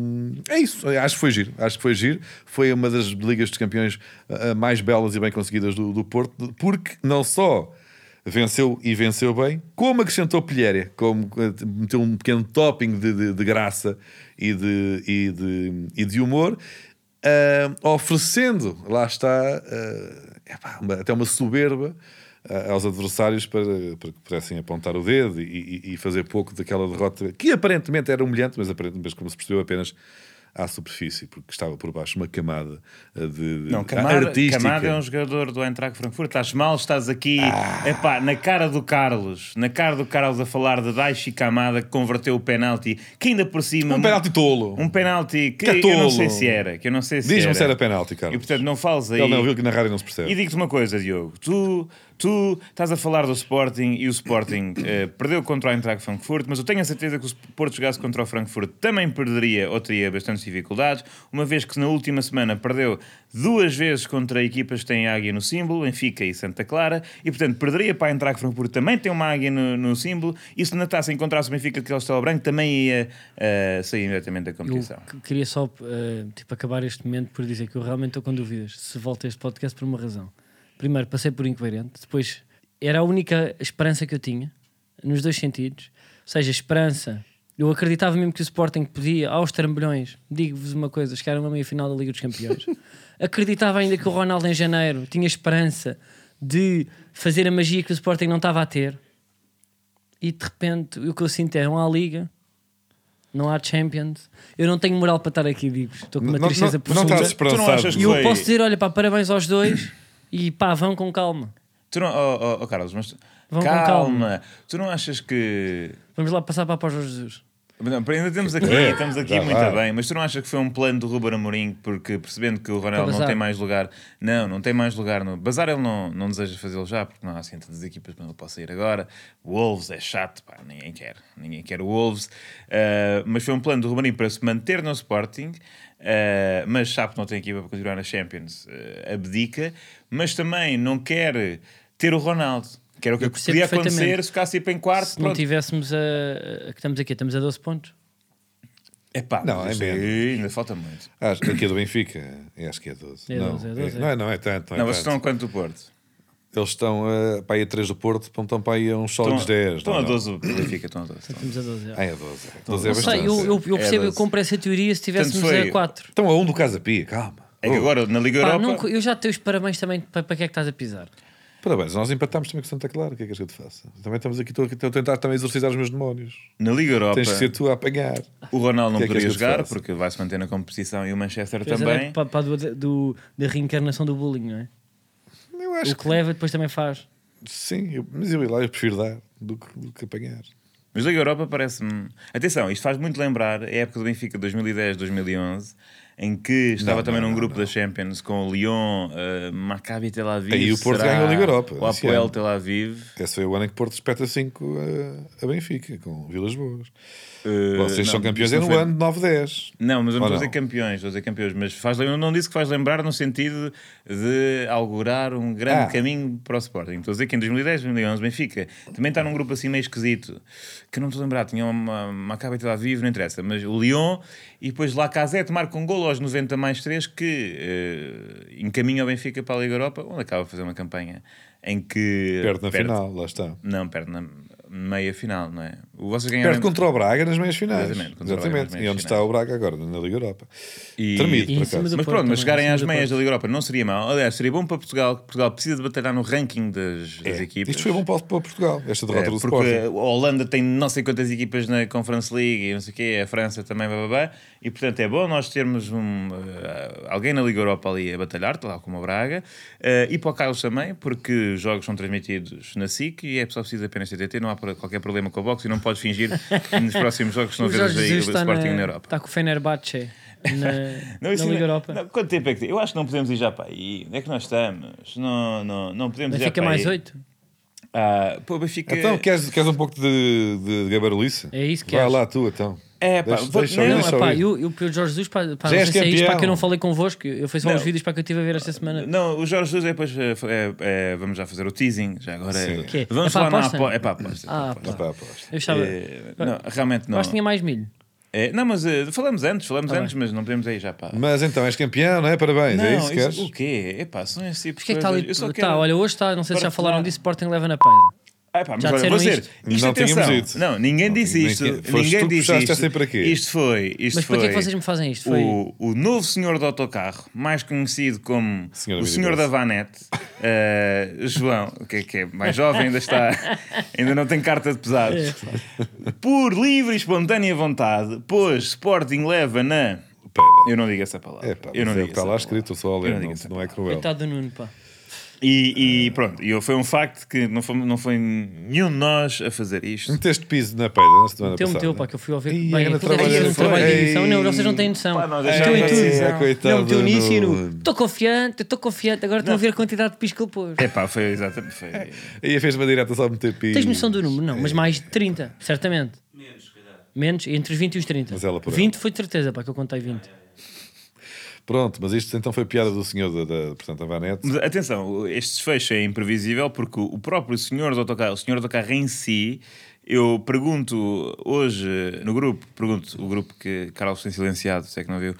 A: é isso. Acho que foi giro. Acho que foi giro. Foi uma das Ligas dos Campeões eh, mais belas e bem conseguidas do, do Porto, porque não só venceu e venceu bem, como acrescentou pilhéria, como eh, meteu um pequeno topping de, de- de graça e de, e de, e de humor, ah, oferecendo, lá está, ah, epá, uma- até uma soberba ah, aos adversários para, para que pudessem apontar o dedo e, e- e fazer pouco daquela derrota que aparentemente era humilhante, mas aparentemente, mas como se percebeu, apenas à superfície, porque estava por baixo uma camada ah, de, de
B: Não, Camada,
A: artística.
B: Camada é um jogador do Eintracht Frankfurt. Estás mal, estás aqui
A: Ah.
B: epá, na cara do Carlos. Na cara do Carlos a falar de Daichi Camada que converteu o penalti. Que ainda por cima.
A: Um penalti tolo.
B: Um penalti que,
A: Que
B: eu não sei
A: tolo.
B: se era. Que eu não sei se
A: Diz-me
B: era.
A: se era penalti, Carlos.
B: E portanto não fales aí.
A: Ele não viu que é. na rádio não se percebe.
B: E digo-te uma coisa, Diogo. Tu, tu estás a falar do Sporting e o Sporting *coughs* eh, perdeu contra o Eintracht Frankfurt, mas eu tenho a certeza que o Porto jogasse contra o Frankfurt também perderia ou teria bastantes dificuldades, uma vez que na última semana perdeu duas vezes contra equipas que têm águia no símbolo, Benfica e Santa Clara, e portanto perderia para a Eintracht Frankfurt também tem uma águia no, no símbolo, e se na taça encontrasse o Benfica que é o Castelo Branco também ia eh, sair imediatamente da
C: Eu
B: competição.
C: que- queria só eh, tipo, acabar este momento por dizer que eu realmente estou com dúvidas se volta este podcast por uma razão. Primeiro, passei por incoerente, depois, era a única esperança que eu tinha, nos dois sentidos. Ou seja, esperança. Eu acreditava mesmo que o Sporting podia, aos trambolhões, digo-vos uma coisa, chegar a uma meia final da Liga dos Campeões. acreditava ainda que o Ronaldo, em janeiro, tinha esperança de fazer a magia que o Sporting não estava a ter. E de repente, o que eu sinto é: não há Liga, não há Champions. Eu não tenho moral para estar aqui, digo Estou com uma
A: Não- não-
C: tristeza
A: não
C: profunda.
A: estás
B: Tu não achas
A: esperançado.
B: que
C: e eu
B: foi-
C: posso dizer: olha, pá, parabéns aos dois e pá, vão com calma.
B: Tu não, oh, oh, oh, Carlos, mas
C: Vão com
B: calma.
C: calma.
B: tu não achas que
C: Vamos lá passar para a pós Jesus.
B: Não, pera, ainda temos aqui,
A: É,
B: estamos aqui
A: já
B: muito
A: vai.
B: bem, mas tu não achas que foi um plano do Ruben Amorim, porque percebendo que o Ronaldo não
C: Bazar.
B: tem mais lugar, não, não tem mais lugar no Bazar, ele não, não deseja fazê-lo já, porque não há assim tantas equipas para ele possa ir agora. O Wolves é chato, pá, ninguém quer, ninguém quer o Wolves, Ah, mas foi um plano do Ruben Amorim para se manter no Sporting, ah, mas sabe que não tem equipa para continuar na Champions, ah, abdica, mas também não quer ter o Ronaldo, que era o que
C: Eu percebo
B: podia acontecer
C: perfeitamente.
B: se ficasse tipo em quarto,
C: Se não
B: pronto,
C: tivéssemos a. a- que estamos aqui, estamos a 12 pontos.
B: É pá,
A: Não,
B: mas
A: é
B: isso aí
A: menos.
B: ainda falta muito.
A: Acho, aqui é do Benfica, eu acho que é 12.
C: É
A: não,
C: 12, é 12, é.
A: não, é, não é tanto. Não,
B: Não,
A: é
B: vocês
A: tanto.
B: estão quanto do Porto?
A: Eles estão eh, para aí a 3 do Porto, estão para aí a um uns sólidos 10.
B: estão
A: não,
B: a
A: não.
B: 12, o Benfica estão a 12. estão.
C: Estamos a 12. é.
A: Ah, é 12. é. 12 é
C: Não sei,
A: bastante.
C: eu, eu, eu
B: É
C: percebo, eu
B: 12.
C: compro essa teoria se tivéssemos
B: Portanto, foi-
C: a 4.
A: Estão Então, a 1 do Casa Pia, calma.
B: É que
A: Oh,
B: agora na Liga Europa.
C: eu já tenho os parabéns também para, para que é que estás a pisar.
A: Parabéns, nós empatámos também com Santa Clara, o que é que és que eu te faça? Também estamos aqui, estou aqui- estou a tentar também exorcizar os meus demónios.
B: Na Liga Europa,
A: Tens que ser tu a apanhar.
B: o Ronaldo não
A: Que é que
B: poderia
A: és que eu te
B: jogar
A: faço?
B: porque vai se manter na competição e o Manchester
C: Depois
B: também.
C: é Para, para a do, do- da reencarnação do bullying, não é?
A: Eu acho
C: O que leva depois também faz.
A: que sim, eu- mas eu ir lá eu prefiro dar do que, do que apanhar.
B: Mas Liga Europa parece-me. Atenção, isto faz muito lembrar a época do Benfica 2010-2011, em que estava
A: Não,
B: também
A: não,
B: num
A: não,
B: grupo da Champions com o Lyon, eh, Maccabi Tel Aviv.
A: Aí o Porto
B: será?
A: ganhou a Liga Europa,
B: O
A: esse
B: Apoel
A: ano.
B: Tel Aviv.
A: Esse foi o ano em que Porto espeta 5 a, a Benfica, com Vilas Boas.
B: Eh,
A: Vocês
B: não,
A: são campeões
B: isto
A: é
B: não
A: no
B: foi-
A: ano de 9-10.
B: Não, mas eu
A: Ou
B: não estou a dizer
A: não?
B: campeões, estou a dizer campeões, mas faz, eu não disse que faz lembrar no sentido de augurar um grande
A: Ah.
B: caminho para o Sporting. Estou a dizer que em 2010, 2011, Benfica também está num grupo assim meio esquisito, que eu não estou a lembrar, tinha uma, uma Maccabi Tel Aviv, não interessa, mas o Lyon e depois Lacazette marca um golo aos 90 mais 3 que eh, encaminha o Benfica para a Liga Europa, onde acaba de fazer uma campanha em que.
A: Perde na final, lá está.
B: Não, perde na meia final, não é? O- Vocês ganharam.
A: Perde contra o Braga nas meias finais.
B: Exatamente, contra o Braga nas
A: Exatamente.
B: meias
A: E onde
B: finais.
A: está o Braga agora, na Liga Europa.
B: E-
A: Tremido,
C: E
A: por
C: em cima
A: acaso.
C: do
B: Mas
C: Porto
B: pronto, mas
C: também,
B: chegarem
C: acima
B: às
C: do
B: meias
C: Porto.
B: assim, da Liga Europa não seria mau. Aliás, seria bom para Portugal, que Portugal precisa de batalhar no ranking das, das
A: É.
B: equipas.
A: Isto foi bom para para Portugal, esta derrota
B: É,
A: do
B: porque
A: Sporting.
B: a Holanda tem não sei quantas equipas na Conference League e não sei o quê, a França também, blá, blá, blá. e portanto é bom nós termos um, eh, alguém na Liga Europa ali a batalhar, tal como o Braga, eh, e para o Carlos também, porque os jogos são transmitidos na SIC e é só preciso apenas TTT, não há pro- qualquer problema com o boxe e não pode fingir que nos próximos jogos eh, que não
C: O
B: ver os
C: Jorge
B: da
C: Jesus
B: Liga do
C: está,
B: Sporting na
C: na,
B: Europa.
C: está com o Fenerbahçe
B: *laughs*
C: na,
B: Não, isso
C: na
B: não-
C: Liga Europa.
B: não, quanto tempo é que tem? Eu acho que não podemos ir já para aí. Onde é que nós estamos? Não, não, não podemos ir já
C: Benfica
B: para
C: mais
B: aí.
C: 8.
B: Ah, pô, Benfica...
A: Então, queres, queres um pouco de, de gabarulice?
C: É isso que
A: Vai
C: queres.
A: lá tu, então.
B: É, pá,
A: Deixa-
B: vou-
A: deixa
B: não,
A: ouvir,
C: Não,
A: deixa
C: é pá,
A: ouvir.
C: eu, eu, eu Jorge Jesus, pá, pá
A: Já
C: não
A: és
C: sei se é isto, pá,
A: campeão.
C: que eu não falei convosco. Eu fui só
B: Não. Ah,
C: uns vídeos para que eu estive a ver esta semana.
B: Não, o Jorge Jesus é depois. eh, f- eh, eh, vamos já fazer o teasing, já agora.
A: Sim.
C: Quê?
B: Vamos
C: É para
B: lá
C: a
B: na
C: aposta?
B: apo- É para a aposta. é para a
C: Ah,
B: aposta.
A: Não, pá, aposta.
C: Eu estava.
B: Eh, não, realmente não.
C: Mas tinha Tá mais milho.
B: Eh, não, mas eh, falamos antes, falamos antes, mas não podemos aí já para.
A: Mas então, és campeão, não é? Parabéns,
B: não,
A: é isso que queres?
B: o quê? Epá, são esse tipo
C: Porquê é
B: de
C: que está
B: coisas.
C: ali?
B: Eu só
C: Está,
B: quero-
C: olha, hoje está, não sei se já
B: Para
C: falaram
B: falar.
C: disso, Sporting leva na paida.
B: Ah, pá, mas
C: Já
B: olha,
C: disseram
B: vou dizer,
C: isto?
B: isto
A: Não
B: atenção.
A: tínhamos dito.
B: Não, ninguém
A: Não,
B: disse
A: ninguém-
B: isto.
A: foste
B: ninguém
A: tu que
B: disse
A: puxaste
B: isto.
A: essa para quê?
B: Isto foi. Isto foi,
C: Mas para que é que vocês me fazem isto? Foi-
B: O, o novo senhor do autocarro, mais conhecido como
A: Senhora
B: o
A: Mini
B: senhor
A: Graça.
B: da Vanette, eh, João, que, é- que é mais jovem, ainda está, ainda não tem carta de pesado, por livre e espontânea vontade, pois Sporting leva na.
A: Pera.
B: Eu não digo essa palavra.
A: É pá,
B: eu não
A: mas é o
B: digo
A: que está
B: essa
A: lá
B: palavra.
A: escrito, só a
B: Eu não
A: ler,
B: digo
A: não,
B: essa
A: não é cruel.
C: Coitado do Nuno, pá.
B: Tá E, e pronto, e foi um facto que não foi, não foi nenhum de nós a fazer isto.
A: Meteste piso na peida na semana
C: um
A: passada.
C: Teu
B: né?
C: meteu, pá, que eu fui ouvir.
A: Ih,
C: Bem,
A: ainda
C: aquilo deve ser
A: trabalhou,
C: um trabalho de
A: foi.
C: edição. Não, vocês não têm
B: Pá,
C: noção.
B: não,
C: Meteu
B: deixa-
C: em tudo.
B: Sim,
A: é, coitado
C: Não, meteu
A: do
C: nisso e no.
A: Nuno.
C: Estou confiante, estou confiante. Agora estão a ver a quantidade de piso que ele pôs.
B: É pá, foi exatamente. Foi...
A: Aí fez uma direta só a meter piso.
C: Tens noção do número?
A: é.
C: Não, mas mais de 30, certamente. Menos, calhar. Menos, entre os 20 e os 30.
A: Mas ela por
C: 20 foi de certeza, pá, que eu contei
B: É.
C: 20.
A: Pronto, mas isto então foi piada do senhor da, da, portanto, da Vanette.
B: Mas atenção, este desfecho é imprevisível porque o próprio senhor do autocarro, o senhor do autocarro em si, eu pergunto hoje no grupo, pergunto o grupo que Carlos tem silenciado, se é que não viu,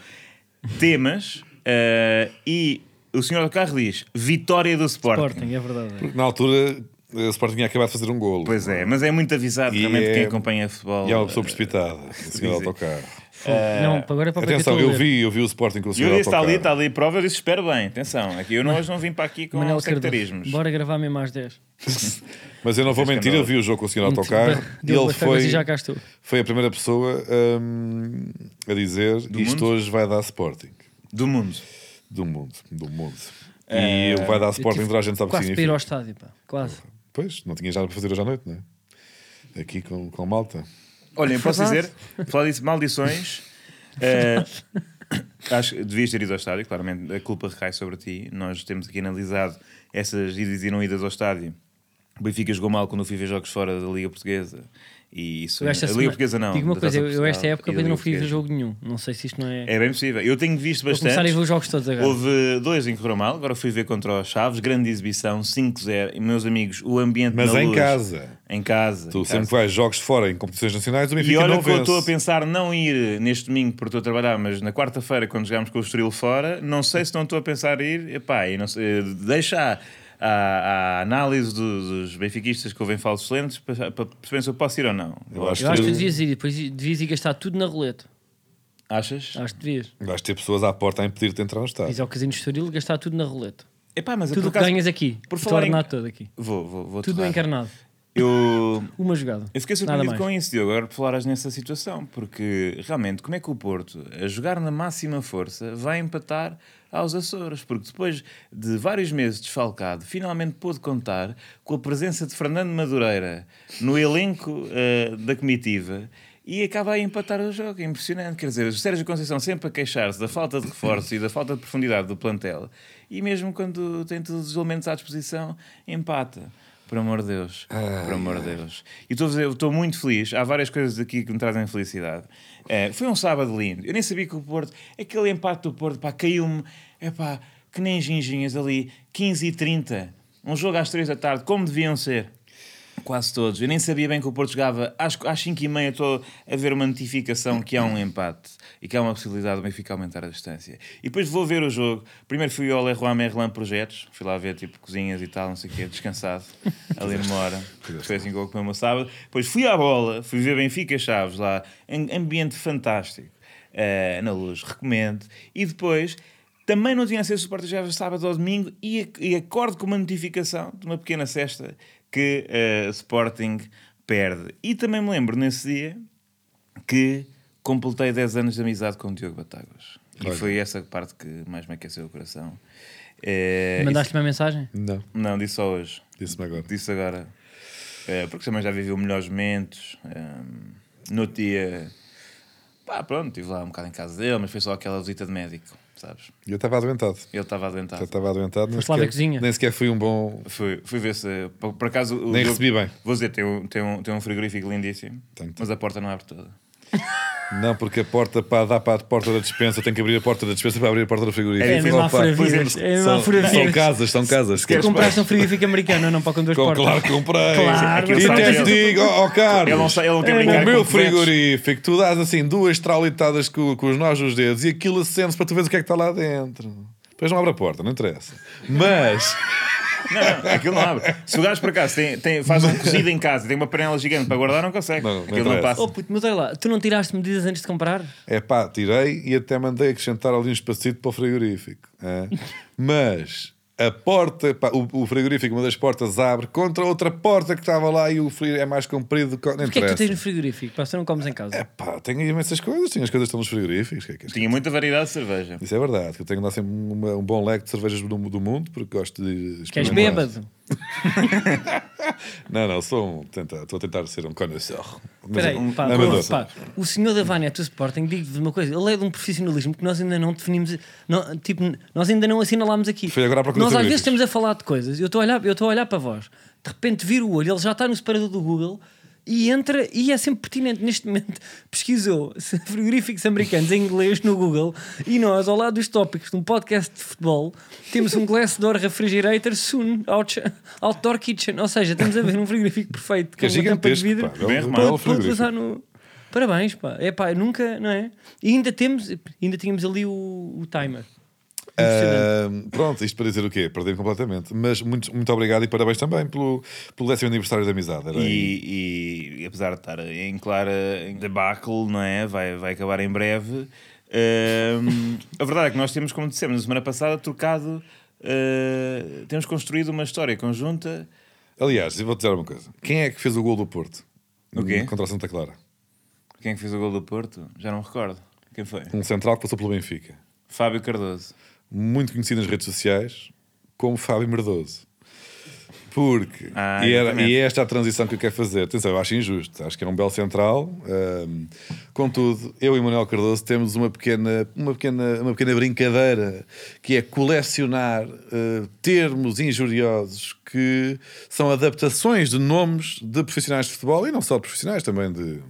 B: temas eh, e o senhor do autocarro diz vitória do Sporting.
C: Sporting, é verdade.
A: Na altura, eh, o Sporting tinha acabado de fazer um golo.
B: Pois é, mas é muito avisado
A: E
B: realmente
A: é-
B: quem acompanha futebol.
A: E é uma pessoa
B: *laughs*
A: precipitada, o senhor
B: Sim, sim.
A: autocarro.
C: Não, para agora é para para que
A: Atenção,
C: estou a
A: eu
C: ler.
A: vi, eu vi o Sporting com o
B: E eu
A: senhor
B: disse, está
A: autocarro.
B: ali, está ali prova, eu disse, espero bem, atenção, aqui eu não, hoje não vim para aqui com
C: Manel
B: sectarismos.
C: Cardoso. Bora gravar mesmo às 10.
A: *laughs* Mas eu não vou mentir, eu vi o jogo com o senhor autocarro. E
C: Deu
A: ele
C: bastante, mas
A: foi,
C: E já cá estou.
A: foi a primeira pessoa hum, a dizer isto
B: mundo?
A: hoje vai dar Sporting.
B: Do mundo.
A: Do mundo, do mundo. E
B: É.
A: o vai dar Sporting, toda a gente sabe o que
C: Quase para ir
A: significa.
C: ao estádio, pá. Quase.
A: Pois, não tinha já para fazer hoje à noite, não é? Aqui com, com malta.
B: Olhem, posso
C: Verdade.
B: dizer, falar disso,
C: *laughs*
B: maldições. eh, acho que devias ter ido ao estádio, claramente a culpa recai sobre ti. Nós temos aqui analisado essas idas e não idas ao estádio. O Benfica jogou mal quando eu fui ver jogos fora da Liga Portuguesa. E isso,
C: Eu esta
B: a Liga
C: semana-
B: Portuguesa não.
C: Digo uma
B: da
C: coisa,
B: Taça
C: eu,
B: de
C: eu esta
B: Portugal
C: época
B: e da
C: ainda não
B: Liga
C: fui ver
B: Portuguesa.
C: jogo nenhum. Não sei se isto não é.
B: É bem possível. Eu tenho visto
C: Vou começar a
B: bastante.
C: ir ver os jogos todos agora.
B: Houve dois em que correu mal, agora fui ver contra os Chaves, grande exibição, 5-0. E meus amigos, o ambiente
A: Mas
B: na
A: em
B: luz,
A: casa.
B: Em casa. em
A: Tu
B: casa.
A: sempre que vais jogos fora em competições nacionais, o Benfica
B: E olha
A: não
B: que eu
A: vence.
B: estou a pensar não ir neste domingo porque estou a trabalhar, mas na quarta-feira, quando jogámos com o Estoril fora, não sei se não estou a pensar ir. Epá, e não sei, eh, deixa a, a- a análise do- dos benfiquistas que ouvem falsos lentes para, para perceber se eu posso ir ou não.
A: Eu acho
C: Eu acho que tu devias ir, depois devias ir gastar tudo na roleta.
B: Achas?
C: Acho que devias.
A: Vais ter pessoas à porta a impedir-te de entrar no
C: Diz
A: estádio.
C: ao casino de Estoril gastar tudo na roleta.
B: Epá, mas eu
C: Tudo
B: por
C: o que
B: acaso-
C: ganhas aqui.
B: por
C: Por
B: falar em-
C: ordenado todo aqui.
B: Vou, vou, vou
C: Tudo
B: torrar.
C: encarnado.
B: Eu.
C: Uma jogada.
B: Eu fiquei
C: Nada
B: surpreendido
C: mais.
B: com isso, Diogo, agora por falares nessa situação, porque realmente, como é que o Porto, a jogar na máxima força, vai empatar aos Açores? Porque depois de vários meses desfalcado, finalmente pôde contar com a presença de Fernando Madureira no elenco eh, da comitiva e acaba a empatar o jogo. É impressionante. Quer dizer, o Sérgio Conceição sempre a queixar-se da falta de reforço e da falta de profundidade do plantel e mesmo quando tem todos os elementos à disposição, empata. Por amor de Deus. por amor de Deus. E estou a dizer, eu estou muito feliz. Há várias coisas aqui que me trazem felicidade. Eh, foi um sábado lindo. Eu nem sabia que o Porto, aquele empate do Porto, pá, caiu-me, é pá, que nem ginginhas ali, 15 e 30. Um jogo às 3 da tarde, como deviam ser. Quase todos. Eu nem sabia bem que o Porto jogava. Às, às 5 e meia estou a ver uma notificação que há um empate e que há uma possibilidade do Benfica aumentar a distância. E depois vou ver o jogo. Primeiro fui ao Leroy Merlin Projetos. Fui lá ver tipo cozinhas e tal, não sei o quê, descansado. ali numa hora. Foi assim que eu comi o meu sábado. Depois fui à bola, fui ver Benfica Chaves lá. Em ambiente fantástico. eh, na luz, recomendo. E depois... Também não tinha acesso ao Sporting Chaves sábado ou domingo e, ac- e acordo com uma notificação de uma pequena cesta que eh, Sporting perde. E também me lembro nesse dia que completei 10 anos de amizade com o Diogo Batáguas. E
A: Olha.
B: foi essa parte que mais me aqueceu o coração. Eh,
C: Mandaste-lhe uma mensagem?
A: Não,
B: isso- Não, disse só hoje.
A: disse-me agora.
B: Disse agora. Eh, porque também já vivi melhores momentos. ehm, no dia. Pá, pronto, estive lá um bocado em casa dele, mas foi só aquela visita de médico, sabes?
A: Eu estava adoentado.
B: Ele estava
A: Eu
B: adoentado.
A: estava adoentado. Nem
C: Foste lá ver a
A: sequer,
C: cozinha?
A: nem sequer fui um bom.
B: Fui, fui ver se. Por, por acaso. o
A: Nem
B: Diogo-
A: recebi bem.
B: Vou dizer, tem um, tem um, tem um frigorífico lindíssimo,
A: Tem, tem.
B: mas a porta não abre toda.
A: Não, porque a porta para dar para a porta da dispensa, tem que abrir a porta da dispensa para abrir a porta do frigorífico.
B: É mesmo
A: São
C: à fura
A: pá,
C: vidas,
A: são-
C: é mesmo à
A: são,
C: fura
A: são
C: vidas.
A: casas, são casas.
C: Tu compraste um frigorífico americano, não para com duas
A: Com,
C: portas.
A: claro que comprei.
C: Claro,
A: e
B: aquilo
A: até
B: sabe
A: te digo, ó oh, Carlos.
B: Ele não, sa- ele não quer
C: É,
B: brincar
A: O
B: com
A: meu
B: objetos.
A: frigorífico, tu dás assim duas traulitadas com, com os nós nos dedos e aquilo acende-se para tu veres o que é que está lá dentro. Depois não abre a porta, não interessa. Mas,
B: Não, não, aquilo não abre. Se o gajo por acaso tem, tem- faz um cozido em casa, tem uma panela gigante para guardar, não consegue.
A: Não, não
B: aquilo não
A: interessa.
B: passa.
C: Oh puto, mas olha lá, tu não tiraste medidas antes de comprar?
A: é pá, tirei e até mandei acrescentar ali um espacito para o frigorífico. é? Mas, a porta, pá, o, o frigorífico, uma das portas abre contra outra porta que estava lá e o frigorífico é mais comprido. que- Não
C: O que é que
A: interessa.
C: tu tens no frigorífico? Pá, se não comes em casa.
A: É pá, tenho imensas coisas, tenho as coisas que estão nos frigoríficos. que é que-
B: Tinha muita variedade de cerveja.
A: Isso é verdade, que eu tenho lá sempre uma- um bom leque de cervejas do, do mundo, porque gosto de
C: Que és
A: experimentar.
C: bêbado.
A: Não, não, sou um. tenta- Estou a tentar ser um connoisseur. Mas
C: Peraí,
A: um
C: pá,
A: amador.
C: ouve, pá, o senhor da Vânia do Sporting, digo-vos uma coisa, ele é de um profissionalismo que nós ainda não definimos, não, tipo, nós ainda não assinalámos aqui.
A: Foi agora à procura
C: nós
A: de
C: às vezes
A: serviços.
C: estamos a falar de coisas, eu estou a olhar, eu estou a olhar para vós, de repente viro o olho, ele já está no separador do Google e entra e é sempre pertinente neste momento. *laughs* Pesquisou se- frigoríficos americanos em inglês no Google e nós, ao lado dos tópicos de um podcast de futebol, temos um Glassdoor Refrigerator Soon out- Outdoor Kitchen, ou seja, estamos a ver um frigorífico perfeito
A: Que é
C: com uma tampa de
A: gigantesco.
C: vidro
A: Pá, é um-
B: Bem
A: é um
B: arrumado.
C: pode, pode
A: frigorífico.
C: usar no. Parabéns, pá. É pá, nunca, não é? E ainda temos, ainda tínhamos ali o, o timer. Impressionante.
A: Ah, pronto, isto para dizer o quê? Perder completamente. Mas muito, muito obrigado e parabéns também pelo, pelo décimo aniversário da amizade. Era aí.
B: E, e, e apesar de estar em clara em debacle, não é? Vai, vai acabar em breve. Ahm, a verdade é que nós temos, como dissemos na semana passada, trocado. ah, temos construído uma história conjunta.
A: Aliás, eu vou dizer uma coisa: quem é que fez o gol do Porto?
B: O quê?
A: Contra a Santa Clara.
B: Quem é que fez o gol do Porto? Já não me recordo. Quem foi?
A: Um central que passou pelo Benfica.
B: Fábio Cardoso.
A: Muito conhecido nas redes sociais como Fábio Merdoso. Porque,
B: Ah,
A: e, era-
B: exatamente.
A: e é esta a transição que eu quero fazer. Atenção, eu acho injusto, acho que é um belo central. ahm, contudo, eu e Manuel Cardoso temos uma pequena, uma pequena, uma pequena brincadeira que é colecionar ah, termos injuriosos que são adaptações de nomes de profissionais de futebol e não só de profissionais, também de,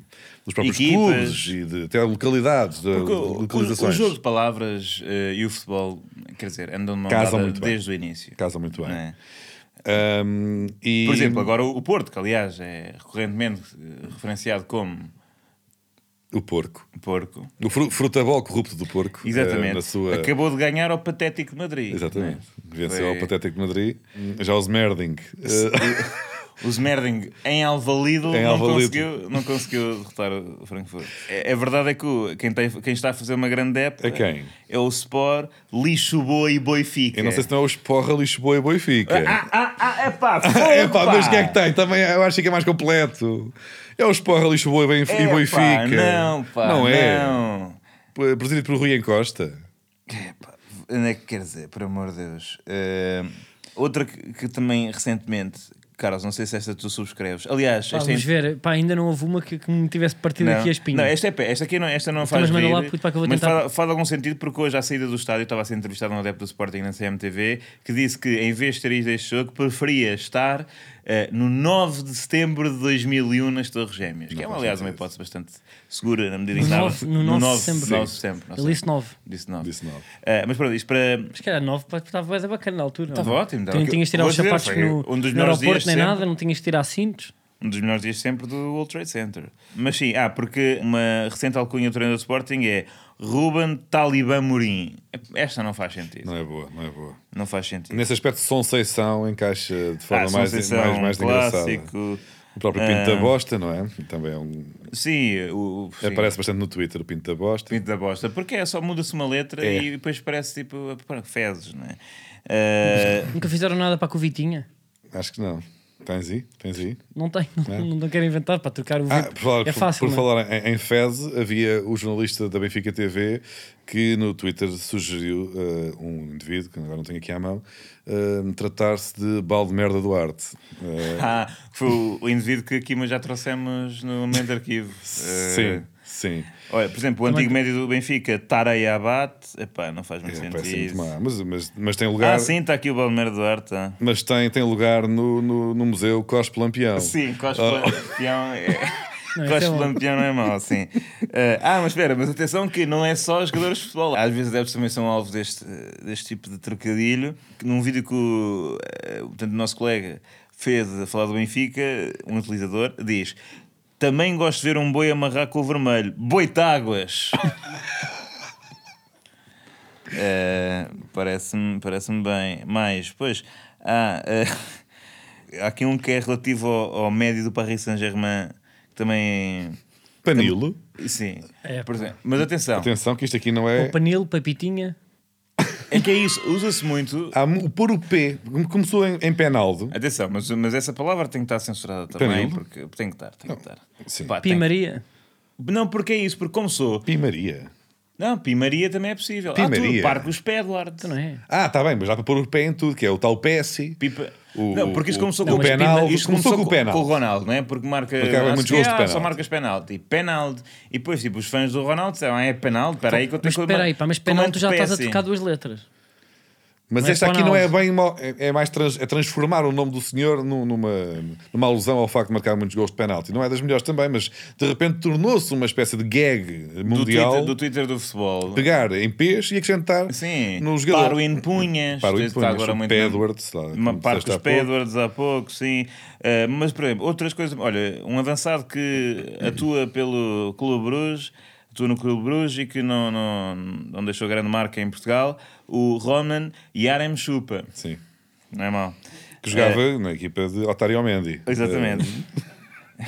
A: dos próprios
B: Equipas.
A: clubes e de, até localidades, de,
B: Porque o, o
A: localizações.
B: jogo de palavras eh, e o futebol, quer dizer, andam de mão
A: Casam
B: dada
A: muito bem.
B: desde o início.
A: Casam muito bem.
B: não é?
A: Ahm, e-
B: Por exemplo, agora o o Porto, que aliás é recorrentemente eh, referenciado como
A: o porco.
B: Porco.
A: O fru- frutabol corrupto do porco. eh,
B: Exatamente.
A: na sua...
B: Acabou de ganhar ao Patético de Madrid. é?
A: Exatamente. Venceu
B: Foi-
A: ao Patético de Madrid. Já os Merding. eh,
B: O Smerding em Alvalide
A: Em
B: não,
A: Alvalide.
B: Conseguiu, não conseguiu derrotar o Frankfurt. É- A verdade é que o- quem, tem- quem está a fazer uma grande época
A: É quem?
B: é o Sport, lixo boa e boifica.
A: *laughs* eu não sei se não é o Esporra, Lisboa e Boifica.
B: Ah, ah, ah, epá,
A: Epá, mas o
B: fogo,
A: que *laughs* é que tem? Também eu acho que é mais completo. É o Esporra, Lisboa e, Boif- e
B: Epá,
A: Boifica.
B: Não, É pá,
A: Não é.
B: não.
A: P- Presidido pelo Rui Encosta.
B: Epá, onde é que quer dizer, por amor de Deus. Eh, outra que, que também recentemente, Carlos, não sei se esta tu subscreves. Aliás,
C: Pá,
B: esta
C: vamos
B: é-
C: ver, pá, ainda não houve uma que, que me tivesse partido
B: Não,
C: aqui a espinha.
B: não, esta é pé, esta aqui não, esta não
C: Então,
B: faz
C: mas manda
B: rir,
C: lá, puto, pá, que eu vou
B: mas
C: tentar.
B: faz, faz algum sentido porque hoje à saída do estádio eu estava a ser entrevistado um adepto do Sporting na CMTV que disse que em vez de ter ido a este jogo preferia estar eh, no 9 de setembro de 2001 nas Torres Gêmeas, que é aliás uma hipótese bastante segura na medida em
C: No
B: que estava
C: nove- no nove de setembro.
B: 9 de setembro, não
C: Ele
B: sei.
C: disse 9.
B: Disse 9.
A: Disse nove.
B: mas pronto, isto para,
C: Mas que era 9, pá, estava bué da bacana na altura.
B: Estava
C: não?
B: ótimo, estava
C: Tu não
B: aqui.
C: Tá tinhas de tirar os
B: Vou dizer,
C: sapatos
B: foi
C: no,
B: um dos
C: no
B: melhores
C: aeroporto
B: dias
C: nem
B: sempre.
C: nada, não tinhas de tirar cintos.
B: um dos melhores dias sempre do World Trade Center. Mas sim, ah, porque uma recente alcunha do treinador do Sporting é Ruben Talibã Mourinho. Esta não faz sentido. Não,
A: Não é boa, não é boa.
B: faz sentido.
A: Nesse aspecto, Sonseição encaixa de forma
B: Ah,
A: mais,
B: Conceição,
A: mais, mais engraçada.
B: clássico.
A: O próprio Pinto
B: Ah.
A: da Bosta, não é? Também é um...
B: Sim, o, o- sim.
A: aparece bastante no Twitter, o Pinto da Bosta.
B: Pinto da bosta, porque é só muda-se uma letra
A: É.
B: e depois parece tipo pá, fezes, não é? Ah, *laughs*
C: Nunca fizeram nada para a Covitinha.
A: Acho que não. Tens aí? Tens aí?
C: Não tem, não, não quero inventar para trocar o
A: Ah,
C: Vito.
A: por falar,
C: é fácil.
A: por
C: não é?
A: falar em, em Fez, havia o jornalista da Benfica TV que no Twitter sugeriu eh, um indivíduo, que agora não tenho aqui à mão, eh, tratar-se de balde merda Duarte. Eh,
B: ah, foi o o indivíduo que aqui mas já trouxemos no momento
A: *laughs*
B: de arquivo. Ah,
A: sim, eh, sim.
B: Olha, por exemplo, o antigo médio do Benfica, Tarei Abate, epá, não faz
A: É,
B: muito sentido.
A: parece muito má. Mas, mas, mas tem
B: Ah,
A: lugar.
B: sim, está aqui o Balmer Duarte. ah.
A: Mas tem, tem lugar no, no, no museu Ah, Cospe Lampião.
B: Sim, Cospe Lampião é.
C: Não, isso é
B: Oh. Cospe
C: bom.
B: Lampião não é mau, sim. Eh, ah, mas espera, mas atenção que não é só os jogadores de futebol. Às vezes adeptos também são alvo deste, deste tipo de trocadilho. Que Num vídeo que o, eh, portanto, o nosso colega fez a falar do Benfica, um utilizador diz: Também gosto de ver um boi amarrar com o vermelho. Boi táguas! *laughs* Eh, parece-me parece-me bem. Mais, pois, há, eh, há aqui um que é relativo ao, ao médio do Paris Saint-Germain, que também.
A: Panilo.
B: Sim,
C: É,
B: por exemplo. Mas atenção,
A: Atenção, que isto aqui não é.
C: O Panilo, Papitinha.
B: é que é isso, usa-se muito.
A: Há mu- Pôr Ah, o P. Como Começou em, em Penaldo.
B: Atenção, mas, mas essa palavra tem que estar censurada também,
A: Panilo?
B: porque tem que estar, tem que estar.
A: sim.
B: Pá, Ah, tem-
C: Pimaria.
B: Não, porque é isso, porque como sou.
A: Pimaria.
B: Não, Pimaria também é possível. Ah,
A: Pimaria?
B: tu, parque os pés, Duarte.
C: Não é?
A: Ah, está bem, mas dá para pôr o pé em tudo, que é o tal Pessi.
B: Pipa...
A: O-
B: não, porque isto
A: o-
B: começou
A: o
B: com o
A: penalti.
B: Isto
A: Começou
B: começou
A: com o
B: com,
A: penalti.
B: com o Ronaldo, não é? Porque marca.
A: Porque há
B: ah,
A: muitos
B: se-
A: gols de
B: ah,
A: penalti.
B: Só marcas penalti. Penalti. E depois, tipo, os fãs do Ronaldo disseram, ah, é penalti, espera aí que eu tenho que
C: Então, Mas
B: um
C: espera aí, pá, mas penal tu já estás a
B: assim.
C: trocar duas letras.
A: Mas
C: Não é
A: esta aqui não
C: Ronaldo.
A: é bem. mo- É é mais trans- é transformar o nome do senhor num- numa, numa alusão ao facto de marcar muitos gols de penalti. Não é das melhores também, mas de repente tornou-se uma espécie de gag
B: do
A: mundial.
B: Twitter, do Twitter do futebol.
A: Pegar em pés e acrescentar
B: Sim,
A: no jogador.
B: Paro em punhas.
A: Para o
B: Está
A: Impunhas,
B: agora
A: o
B: muito-
A: Pedward, sei lá,
B: Uma
A: como disseste
B: parte dos
A: há pouco.
B: Pedwards há pouco, sim. Ah, mas, por exemplo, outras coisas. Olha, um avançado que atua pelo Clube Bruges, atua no Clube Bruges e que não, não, não deixou grande marca em Portugal, o Ronan Yarem Chupa.
A: Sim.
B: Não é mau.
A: Que jogava na equipa de Otário Mendy.
B: Eh, É. exatamente.
A: Eh,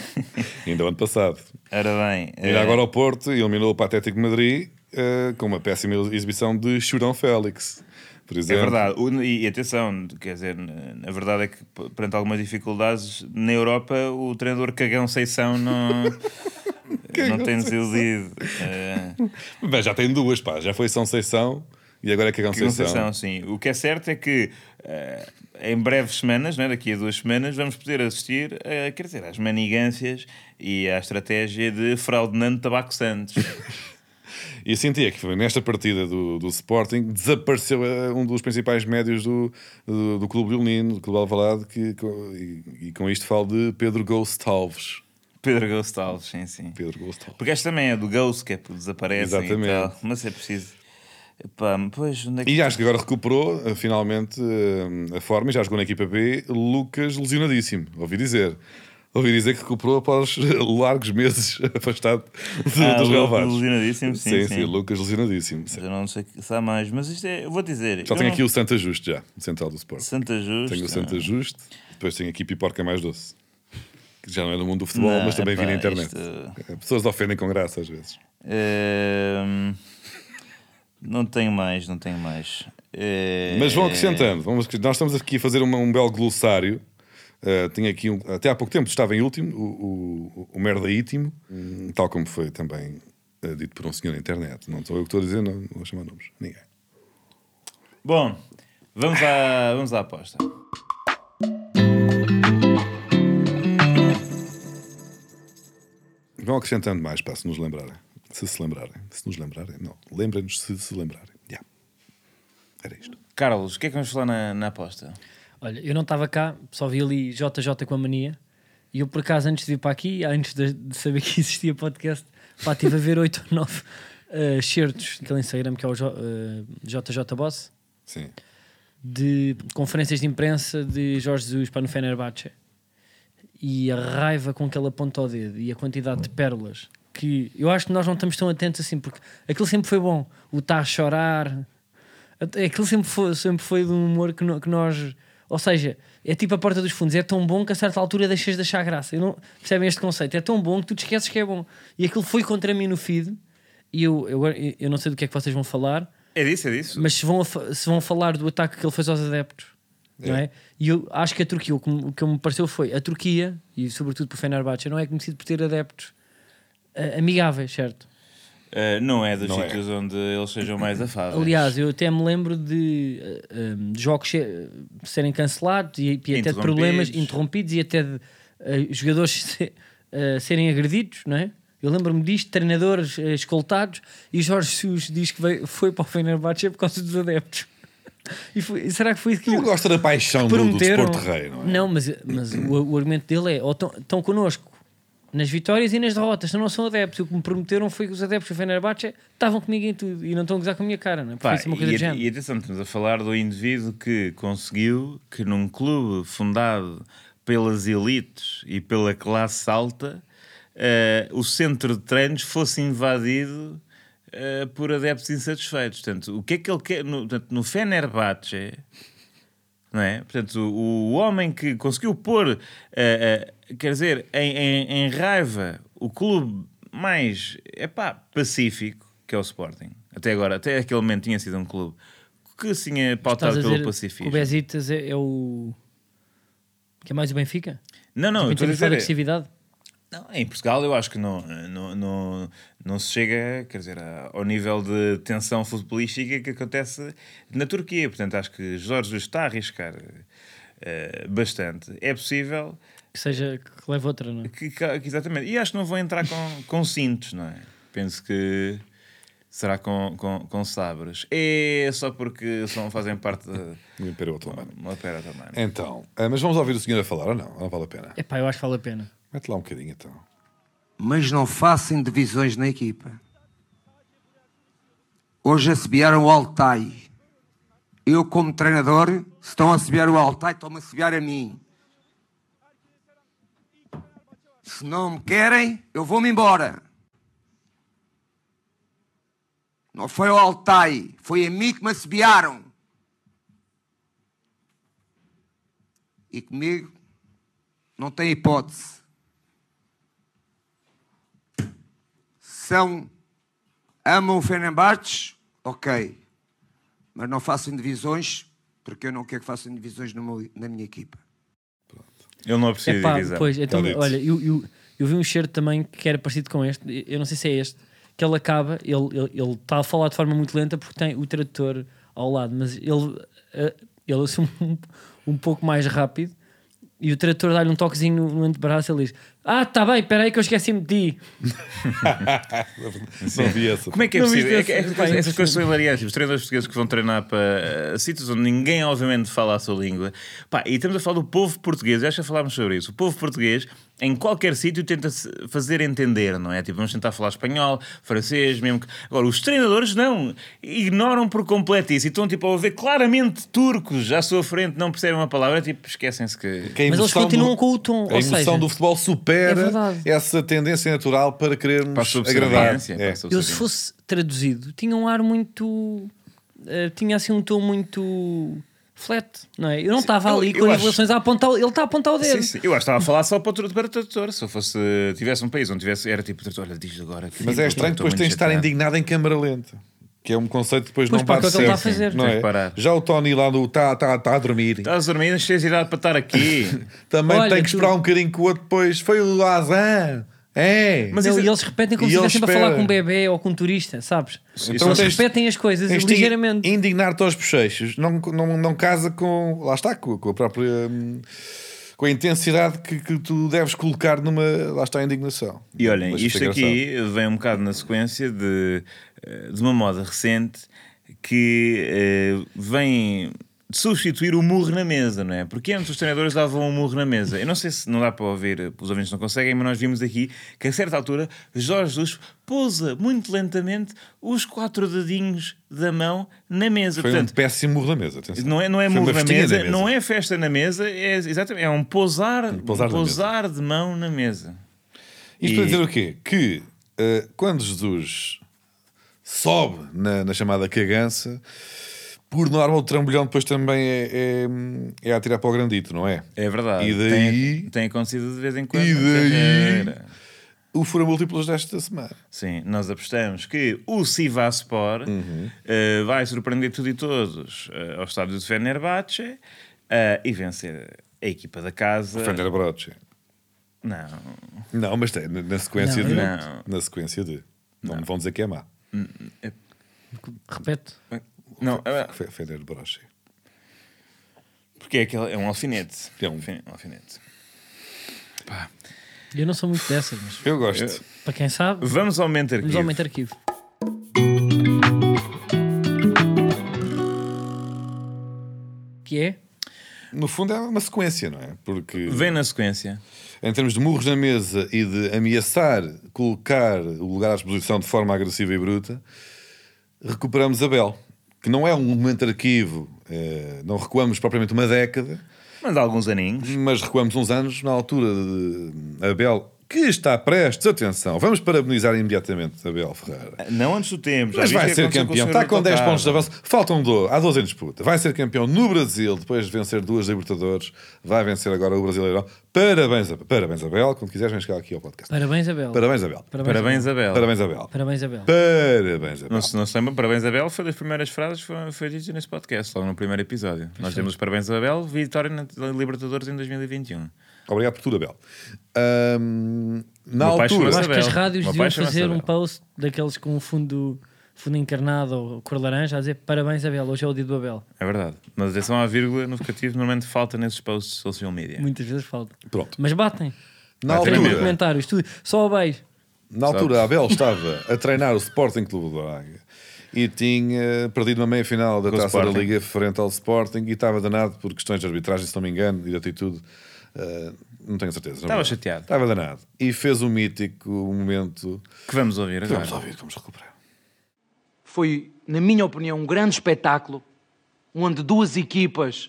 A: ainda o ano passado.
B: Ora bem. eh,
A: Ir agora ao Porto e eliminou o Patético de Madrid eh, com uma péssima exibição de Churão Félix. Por
B: É
A: exemplo.
B: verdade, O- e e atenção, quer dizer, na a verdade é que p- perante algumas dificuldades na Europa o treinador cagão
A: *laughs*
B: Seição não, não tem nos iludido. Eh,
A: Mas já tem duas, pá. Já foi São Seição e agora é que é
B: Que
A: Conceição.
B: Conceição, sim. O que é certo é que eh, em breves semanas, não é? daqui a duas semanas, vamos poder assistir a, quer dizer, às manigâncias e à estratégia de Fraudinando
A: *laughs*
B: Tabaco Santos.
A: E senti é que foi nesta partida do, do Sporting desapareceu eh, um dos principais médios do, do, do Clube Leonino, do Clube Alvalade, que, co- e, e com isto falo de Pedro Ghost Alves.
B: Pedro Gonçalves, sim, sim.
A: Pedro Ghost Alves.
B: Porque esta também é do Ghost, que é por desaparece e
A: Exatamente.
B: tal. Mas é preciso. Pá, pois, onde é que.
A: E acho que agora recuperou eh, finalmente eh, a forma e já jogou na equipa B. Lucas lesionadíssimo, ouvi dizer. Ouvi dizer que recuperou após *laughs* largos meses *laughs* afastado de-
B: Ah,
A: dos
B: Lucas
A: relevados.
B: lesionadíssimo, sim,
A: sim,
B: sim.
A: Lucas lesionadíssimo. sim.
B: Mas Eu não sei que- se há mais, mas isto é. Eu vou dizer.
A: Já
B: eu
A: tenho
B: não- é.
A: aqui o Santa Justo, já, o central do Sport.
B: Santa Justa.
A: Tenho o Santa Justo, depois tenho aqui Piporca Mais Doce, que já não é do mundo do futebol,
B: Não,
A: mas também vi
B: epá,
A: na internet.
B: isto-
A: Pessoas ofendem com graça às vezes.
B: Ehm, Não tenho mais, não tenho mais. Eh,
A: Mas vão acrescentando, vamos, acres- nós estamos aqui a fazer uma- um belo glossário. Uh, tinha aqui um- até há pouco tempo estava em último, o, o, o merda ítimo, tal como foi também uh, dito por um senhor na internet. Não sou eu que estou a dizer, não, não vou chamar nomes. Ninguém.
B: Bom, vamos à, vamos à aposta.
A: Vão acrescentando mais, pá, se nos lembrarem. Se se lembrarem. Se nos lembrarem, não. Lembrem-nos se se lembrarem. Yeah. Era isto.
B: Carlos, o que é que vamos falar na, na aposta?
C: Olha, eu não estava cá, só vi ali JJ com a mania. E eu, por acaso, antes de ir para aqui, antes de, de saber *laughs* que existia podcast, pá, estive a ver 8 ou 9 uh, certos daquele Instagram que é o J- eh, JJ Boss,
A: Sim.
C: de conferências de imprensa de Jorge Jesus para no Fenerbahçe. e a raiva com que ele aponta o dedo e a quantidade de pérolas que eu acho que nós não estamos tão atentos assim, porque aquilo sempre foi bom. O está a chorar, até- aquilo sempre foi, sempre foi de um humor que, no- que nós. Ou seja, é tipo a porta dos fundos, é tão bom que a certa altura deixas de achar graça. Eu não, percebem este conceito? É tão bom que tu te esqueces que é bom. E aquilo foi contra mim no feed, e eu, eu, eu não sei do que é que vocês vão falar,
B: É disso, é disso.
C: mas se vão, a fa- se vão falar do ataque que ele fez aos adeptos, não é? E eu acho que a Turquia, o que, me- o que me pareceu foi a Turquia, e sobretudo por Fenerbahçe, não é conhecido por ter adeptos eh, amigáveis, certo?
B: Eh, não é dos
A: Não é.
B: sítios onde eles sejam mais afáveis.
C: Aliás, eu até me lembro de eh, eh, de jogos se- serem cancelados e, e até de
B: Interrompidos.
C: problemas interrompidos e até de eh, jogadores *laughs* se- eh, serem agredidos, não é? Eu lembro-me disto, treinadores eh, escoltados e Jorge Sus diz que veio- foi para o Fenerbahçe por causa dos adeptos. *laughs* E foi- e será que foi isso que
A: Ele gosta da paixão do,
B: um
A: do
C: prometeram?
A: desporto rei, não é?
B: Hum.
C: Não, mas, mas o, o argumento dele é: ou estão connosco nas vitórias e nas derrotas, então não são adeptos. O que me prometeram foi que os adeptos do Fenerbahçe estavam comigo em tudo e não estão a gozar com a minha cara, não é? Porque
B: né? Pá,
C: isso é uma coisa
B: e,
C: do género.
B: e atenção, estamos a falar do indivíduo que conseguiu que num clube fundado pelas elites e pela classe alta, eh, o centro de treinos fosse invadido eh, por adeptos insatisfeitos. Portanto, o que é que ele quer? No, portanto, no Fenerbahçe, não é? Portanto, o, o homem que conseguiu pôr, eh, eh, quer dizer, em, em- em raiva o clube mais epá, pacífico, que é o Sporting, até agora, até aquele momento tinha sido um clube que se tinha
C: Estás
B: pautado
C: a
B: pelo
C: dizer que
B: pacifismo.
C: O Besiktas é, é o. Que é mais o Benfica?
B: Não, não, eu
C: em
B: estou a
C: termos de
B: dizer, é-
C: agressividade?
B: Não, em Portugal eu acho que não, não, não, não se chega quer dizer, a- ao nível de tensão futebolística que acontece na Turquia. Portanto, acho que Jorge Jesus está a arriscar eh, bastante. É possível
C: Que seja. que leva outra, não é?
B: que, que- que- exatamente. E acho que não vão entrar com, com cintos, não é? Penso que será com, com, com sabres. É só porque são, fazem parte da.
A: Do Império Otomano.
B: Uma pera também.
A: Então, ah, mas vamos ouvir o senhor a falar ou não? Ou Não vale a pena.
C: Epá, eu acho que vale a pena.
A: Mete lá um bocadinho então.
D: mas não façam divisões na equipa. Hoje assobiaram o Altai. Eu, como treinador, se estão a assobiar o Altai, estão-me a assobiar a mim. Se não me querem, eu vou-me embora. Não foi o Altai, foi a mim que me assobiaram. E comigo não tem hipótese. são amam o Fenerbahçe, ok, mas não façam divisões porque eu não quero que façam divisões no meu- na minha equipa.
B: Eu não aprecio
C: Epá,
B: divisão.
C: pois, então,
A: Acredito.
C: olha, eu, eu, eu vi um cheiro também que era parecido com este, eu não sei se é este, que ele acaba, ele está ele, ele está a falar de forma muito lenta porque tem o tradutor ao lado, mas ele, eh, ele assume *laughs* um, um pouco mais rápido e o tradutor dá-lhe um toquezinho no, no antebraço e ele diz: Ah, tá bem, espera aí que eu esqueci-me de ti.
A: Não vi essa.
B: Como é que é
C: Não
B: possível?
C: viste
B: É
C: esse?
B: que- é que
C: Pá,
B: essas coisas são hilariantes. Os treinadores portugueses que vão treinar para eh, sítios onde ninguém, obviamente, fala a sua língua. Pá, e estamos a falar do povo português. Eu Acho que já falámos sobre isso. O povo português, em qualquer sítio, tenta-se fazer entender, não é? Tipo, vamos tentar falar espanhol, francês, mesmo que. Agora, os treinadores não. Ignoram por completo isso. E estão, tipo, a ouvir claramente turcos à sua frente, não percebem uma palavra. Tipo, esquecem-se que.
A: Que a
C: Mas eles
A: emoção
C: continuam com o tom,
A: A
C: ou
A: emoção
C: seja,
A: do futebol
C: é
A: supera
C: verdade.
A: essa tendência natural para querermos
B: Para a
A: agradar.
B: subserviência. para a
A: É.
C: Eu, se
B: subserviência.
C: fosse traduzido, tinha um ar muito. eh, tinha assim um tom muito. flat, não é? Eu não estava
B: eu-
C: ali
B: eu
C: com
B: acho-
C: as relações a apontar. Ele está a apontar o
B: Sim,
C: dedo.
B: sim. Eu acho que estava a falar só para o tra- para o tradutor. Se eu fosse, tivesse um país onde tivesse, era tipo tradutor, olha, diz agora. que
A: Mas
B: eu
A: é estranho,
B: estou
A: depois tens de
B: muito
A: estar
B: chateado.
A: indignado em câmara lenta. Que é um conceito que depois
C: Pois,
A: não bate
C: pá, que é o que ele
A: certo.
C: está a fazer.
A: não
B: Tens
A: é?
B: de parar.
A: Já o Tony lá do está tá, tá a dormir.
B: Estás a dormir, não tens idade para
A: *laughs*
B: estar aqui.
A: Também
C: Olha,
A: tem que
C: tu-
A: esperar um bocadinho que o outro depois. Foi o Lazan. É.
B: Mas
C: Não,
B: isso-
C: e eles repetem como
A: e
C: se
A: ele
C: estivessem a
A: espera.
C: falar com um bebê ou com um turista, sabes?
B: é um
A: Então
C: eles
A: tens-
C: repetem as coisas
A: Tens de
C: ligeiramente.
A: Indignar-te aos bochechos. Não, não, não casa com. Lá está, com, com a própria. hum, Com a intensidade que, que tu deves colocar numa. Lá está a indignação.
B: E olhem,
A: Mas
B: isto
A: é engraçado.
B: aqui vem um bocado na sequência de, eh, de uma moda recente que eh, vem substituir o murro na mesa, não é? Porque antes os treinadores davam um murro na mesa. Eu não sei se não dá para ouvir, eh, os ouvintes não conseguem, mas nós vimos aqui que a certa altura Jorge Jesus pousa muito lentamente os quatro dedinhos da mão na mesa.
A: Foi
B: Portanto,
A: um péssimo murro na mesa. atenção.
B: não é, não é
A: Foi uma
B: murro na
A: festinha
B: mesa,
A: da
B: não é festa na mesa, é, exatamente, é um pousar, um
A: pousar
B: pousar,
A: na
B: de mão na mesa.
A: Isto para
B: E-
A: dizer o quê? Que eh, quando Jesus sobe na, na chamada cagança, por norma o trambolhão depois também é, é, é a tirar para o grandito, não é?
B: É verdade.
A: E daí-
B: Tem, tem acontecido de vez em quando.
A: E
B: na
A: daí-
B: carreira.
A: O fura múltiplos desta semana.
B: Sim, nós apostamos que o Sivaspor eh, vai surpreender tudo e todos eh, ao estádio de Fenerbahçe eh, e vencer a equipa da casa.
A: Fender Broche.
B: Não,
A: Não, mas tem, na na sequência
C: Não,
A: de.
B: não.
A: Na sequência de. Não, me vão dizer que é má.
C: Repete.
B: não eh,
A: Fe- Fender Broche.
B: porque é, aquele, é um alfinete.
A: É um-
B: Alfin- alfinete.
C: Eu não sou muito dessas, mas
A: Eu gosto.
C: para quem sabe,
B: Vamos ao momento
C: vamos
B: arquivo.
C: ao momento arquivo. Que é?
A: No fundo é uma sequência, não é? Porque.
B: Vem na sequência.
A: em termos de murros na mesa e de ameaçar colocar o lugar à exposição de forma agressiva e bruta, recuperamos Abel, que não é um momento arquivo, eh, não recuamos propriamente uma década,
B: Mas há alguns aninhos.
A: mas recuamos uns anos na altura de Abel, que está prestes, atenção, vamos parabenizar imediatamente Abel Ferreira.
B: Não antes do tempo. Já
A: Mas
B: viste
A: vai
B: o que
A: ser
B: aconteceu
A: campeão.
B: o
A: Está
B: senhor
A: com
B: Rui
A: 10
B: Contado?
A: pontos de avanço. Faltam do, há 12 em disputa. Vai ser campeão no Brasil, depois de vencer duas da Libertadores. Vai vencer agora o Brasileirão. Parabéns, Ab- parabéns Abel. Quando quiseres, vem chegar aqui ao podcast.
C: Parabéns, Abel.
A: Parabéns, Abel.
B: Parabéns,
A: Parabéns, Abel.
B: Abel.
C: Parabéns, Abel.
A: Parabéns, Abel.
B: Não se, não se lembra, parabéns Abel foi das primeiras frases que foram- foi dito nesse podcast, logo no primeiro episódio. Nós temos parabéns Abel, vitória na Libertadores em 2021.
A: Obrigado por tudo, Abel. Ahm, na
B: Meu pai
A: altura.
C: Eu
B: chama-se
C: acho que as
B: Abel.
C: rádios
B: Meu pai
C: deviam
B: chama-se
C: fazer um
B: Abel.
C: post daqueles com um fundo, fundo encarnado ou cor laranja a dizer parabéns, Abel, hoje é o dia do Abel.
B: É verdade. Mas atenção à vírgula no vocativo, normalmente falta nesses posts de social media.
C: Muitas vezes falta.
A: Pronto.
C: Mas batem.
A: Na
B: Vai ter Tudo.
C: Três mil
A: altura.
B: mesmo.
C: comentários, tudo. Só beijo.
A: Na altura, Abel estava a treinar o Sporting Clube do Braga e tinha perdido uma meia-final da
B: Com o
A: Taça da
B: Sporting.
A: Liga frente ao Sporting e estava danado por questões de arbitragem, se não me engano, e de atitude. eh, não tenho certeza. não
B: Estava
A: é?
B: chateado.
A: Estava danado. E fez o mítico momento.
B: Que vamos ouvir agora.
A: Vamos ouvir, vamos recuperar.
E: Foi, na minha opinião, um grande espetáculo, onde duas equipas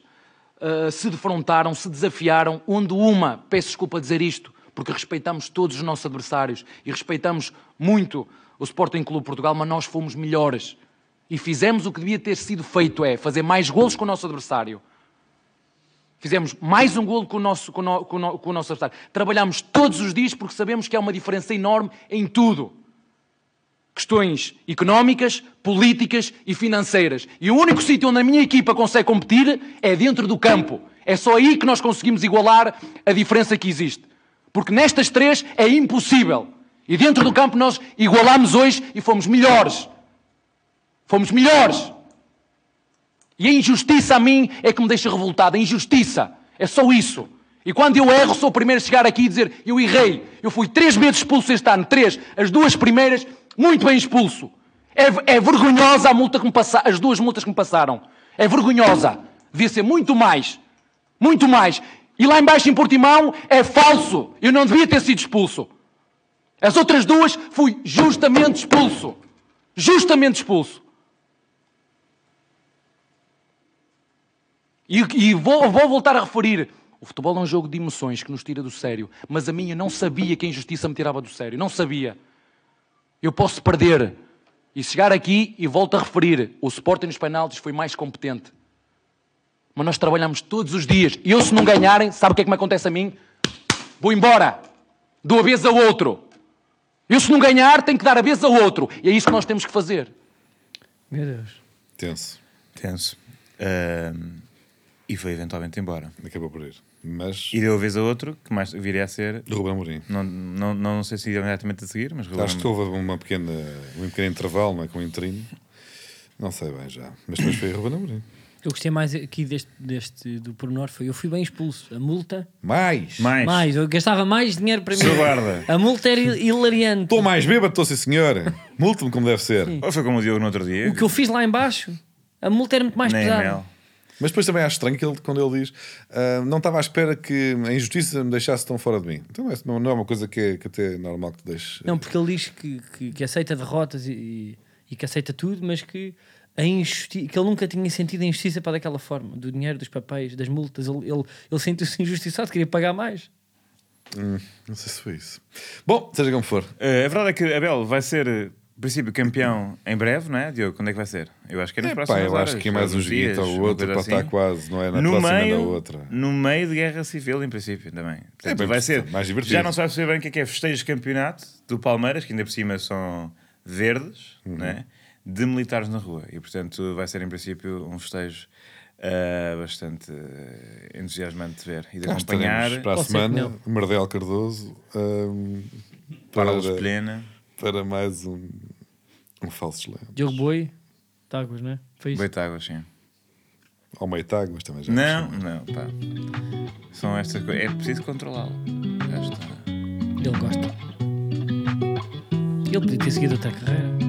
E: ah, se defrontaram, se desafiaram, onde uma, peço desculpa dizer isto, porque respeitamos todos os nossos adversários e respeitamos muito o Sporting Clube de Portugal, mas nós fomos melhores. E fizemos o que devia ter sido feito, é fazer mais golos com o nosso adversário. Fizemos mais um golo com o nosso, com o no- com o no- com o nosso adversário. Trabalhámos todos os dias porque sabemos que há uma diferença enorme em tudo questões económicas, políticas e financeiras. E o único sítio onde a minha equipa consegue competir é dentro do campo. É só aí que nós conseguimos igualar a diferença que existe. Porque nestas três é impossível. E dentro do campo nós igualamos hoje e fomos melhores. Fomos melhores. E a injustiça a mim é que me deixa revoltado. A injustiça. É só isso. E quando eu erro, sou o primeiro a chegar aqui e dizer: eu errei. Eu fui três vezes expulso este ano. Três. As duas primeiras, muito bem expulso. É, é vergonhosa a multa que me passaram. As duas multas que me passaram. É vergonhosa. Devia ser muito mais. Muito mais. E lá embaixo em Portimão é falso. Eu não devia ter sido expulso. As outras duas fui justamente expulso. Justamente expulso. E, e vou, vou voltar a referir. O futebol é um jogo de emoções que nos tira do sério. Mas a minha não sabia que a injustiça me tirava do sério. Não sabia. Eu posso perder. E chegar aqui e volto a referir. O Sporting nos penaltis foi mais competente. Mas nós trabalhamos todos os dias. E eu, se não ganharem, sabe o que é que me acontece a mim? Vou embora. Dou a vez ao outro. Eu, se não ganhar, tenho que dar a vez ao outro. E é isso que nós temos que fazer.
C: Meu Deus.
A: Tenso.
B: Tenso. Ahm, e foi eventualmente embora.
A: Acabou por ir. Mas.
B: E deu a vez a outro, que mais viria a ser.
A: Do Ruben Amorim.
B: Não, não, não, não sei se imediatamente a seguir, mas
A: Acho que houve uma pequena, um pequeno intervalo não é, com o interino. Não sei bem já. Mas depois foi Ruben Amorim.
C: Eu gostei mais aqui deste, deste do pormenor foi eu fui bem expulso. A multa,
A: Mais!
B: mais.
C: mais, eu gastava mais dinheiro para mim.
B: Seu guarda.
C: A multa era hil- hilariante.
A: Estou mais bêbado, estou sim, senhora. Multa-me como deve ser.
B: Ou foi como o Diogo no outro dia.
C: O que eu fiz lá embaixo, a multa era muito mais
B: Nem é
C: pesada.
B: mel.
A: Mas depois também acho estranho que ele, quando ele diz "Ah, não estava à espera que a injustiça me deixasse tão fora de mim. Então é- não, não é uma coisa que, é, que até é normal que te deixe.
C: Não, porque ele diz que, que, que aceita derrotas e- e, e que aceita tudo, mas que, a injusti- que ele nunca tinha sentido a injustiça para daquela forma, do dinheiro, dos papéis, das multas. Ele, ele, ele sentiu-se injustiçado, queria pagar mais.
A: Não sei se foi isso. Bom, seja como for.
B: Eh, a verdade é que Abel vai ser, eh, em princípio, campeão em breve, não é, Diogo? Quando é que vai ser? Eu acho que é nas
A: Epá,
B: próximas
A: eu acho
B: horas,
A: que é mais um
B: uns dias,
A: joguito ou
B: uma
A: outro
B: coisa
A: para estar
B: assim.
A: quase, não é? Na
B: no
A: próxima
B: meio,
A: da outra. É
B: No meio de guerra civil, em princípio, também. Portanto,
A: bem
B: vai ser,
A: mais divertido.
B: Já não se vai perceber bem o que é que é festejos de campeonato do Palmeiras, que ainda por cima são verdes,
A: Uhum.
B: né? de militares na rua. E, portanto, vai ser, em princípio, um festejo ah, bastante ah, entusiasmante de ver e de
A: Nós teremos
B: acompanhar.
A: para a
C: Ou sempre
A: semana Mardel Cardoso hum,
B: Para a
A: para,
B: luz plena,
A: para mais um, um falso lento.
C: Diogo Boi, Táguas, não é? Foi isso.
B: Beitágua, sim.
A: Ou meio tago, mas também já
B: Não, não, pá. São estas coisas. É preciso controlá-lo. Já está.
C: Ele gosta. Ele podia ter seguido outra carreira.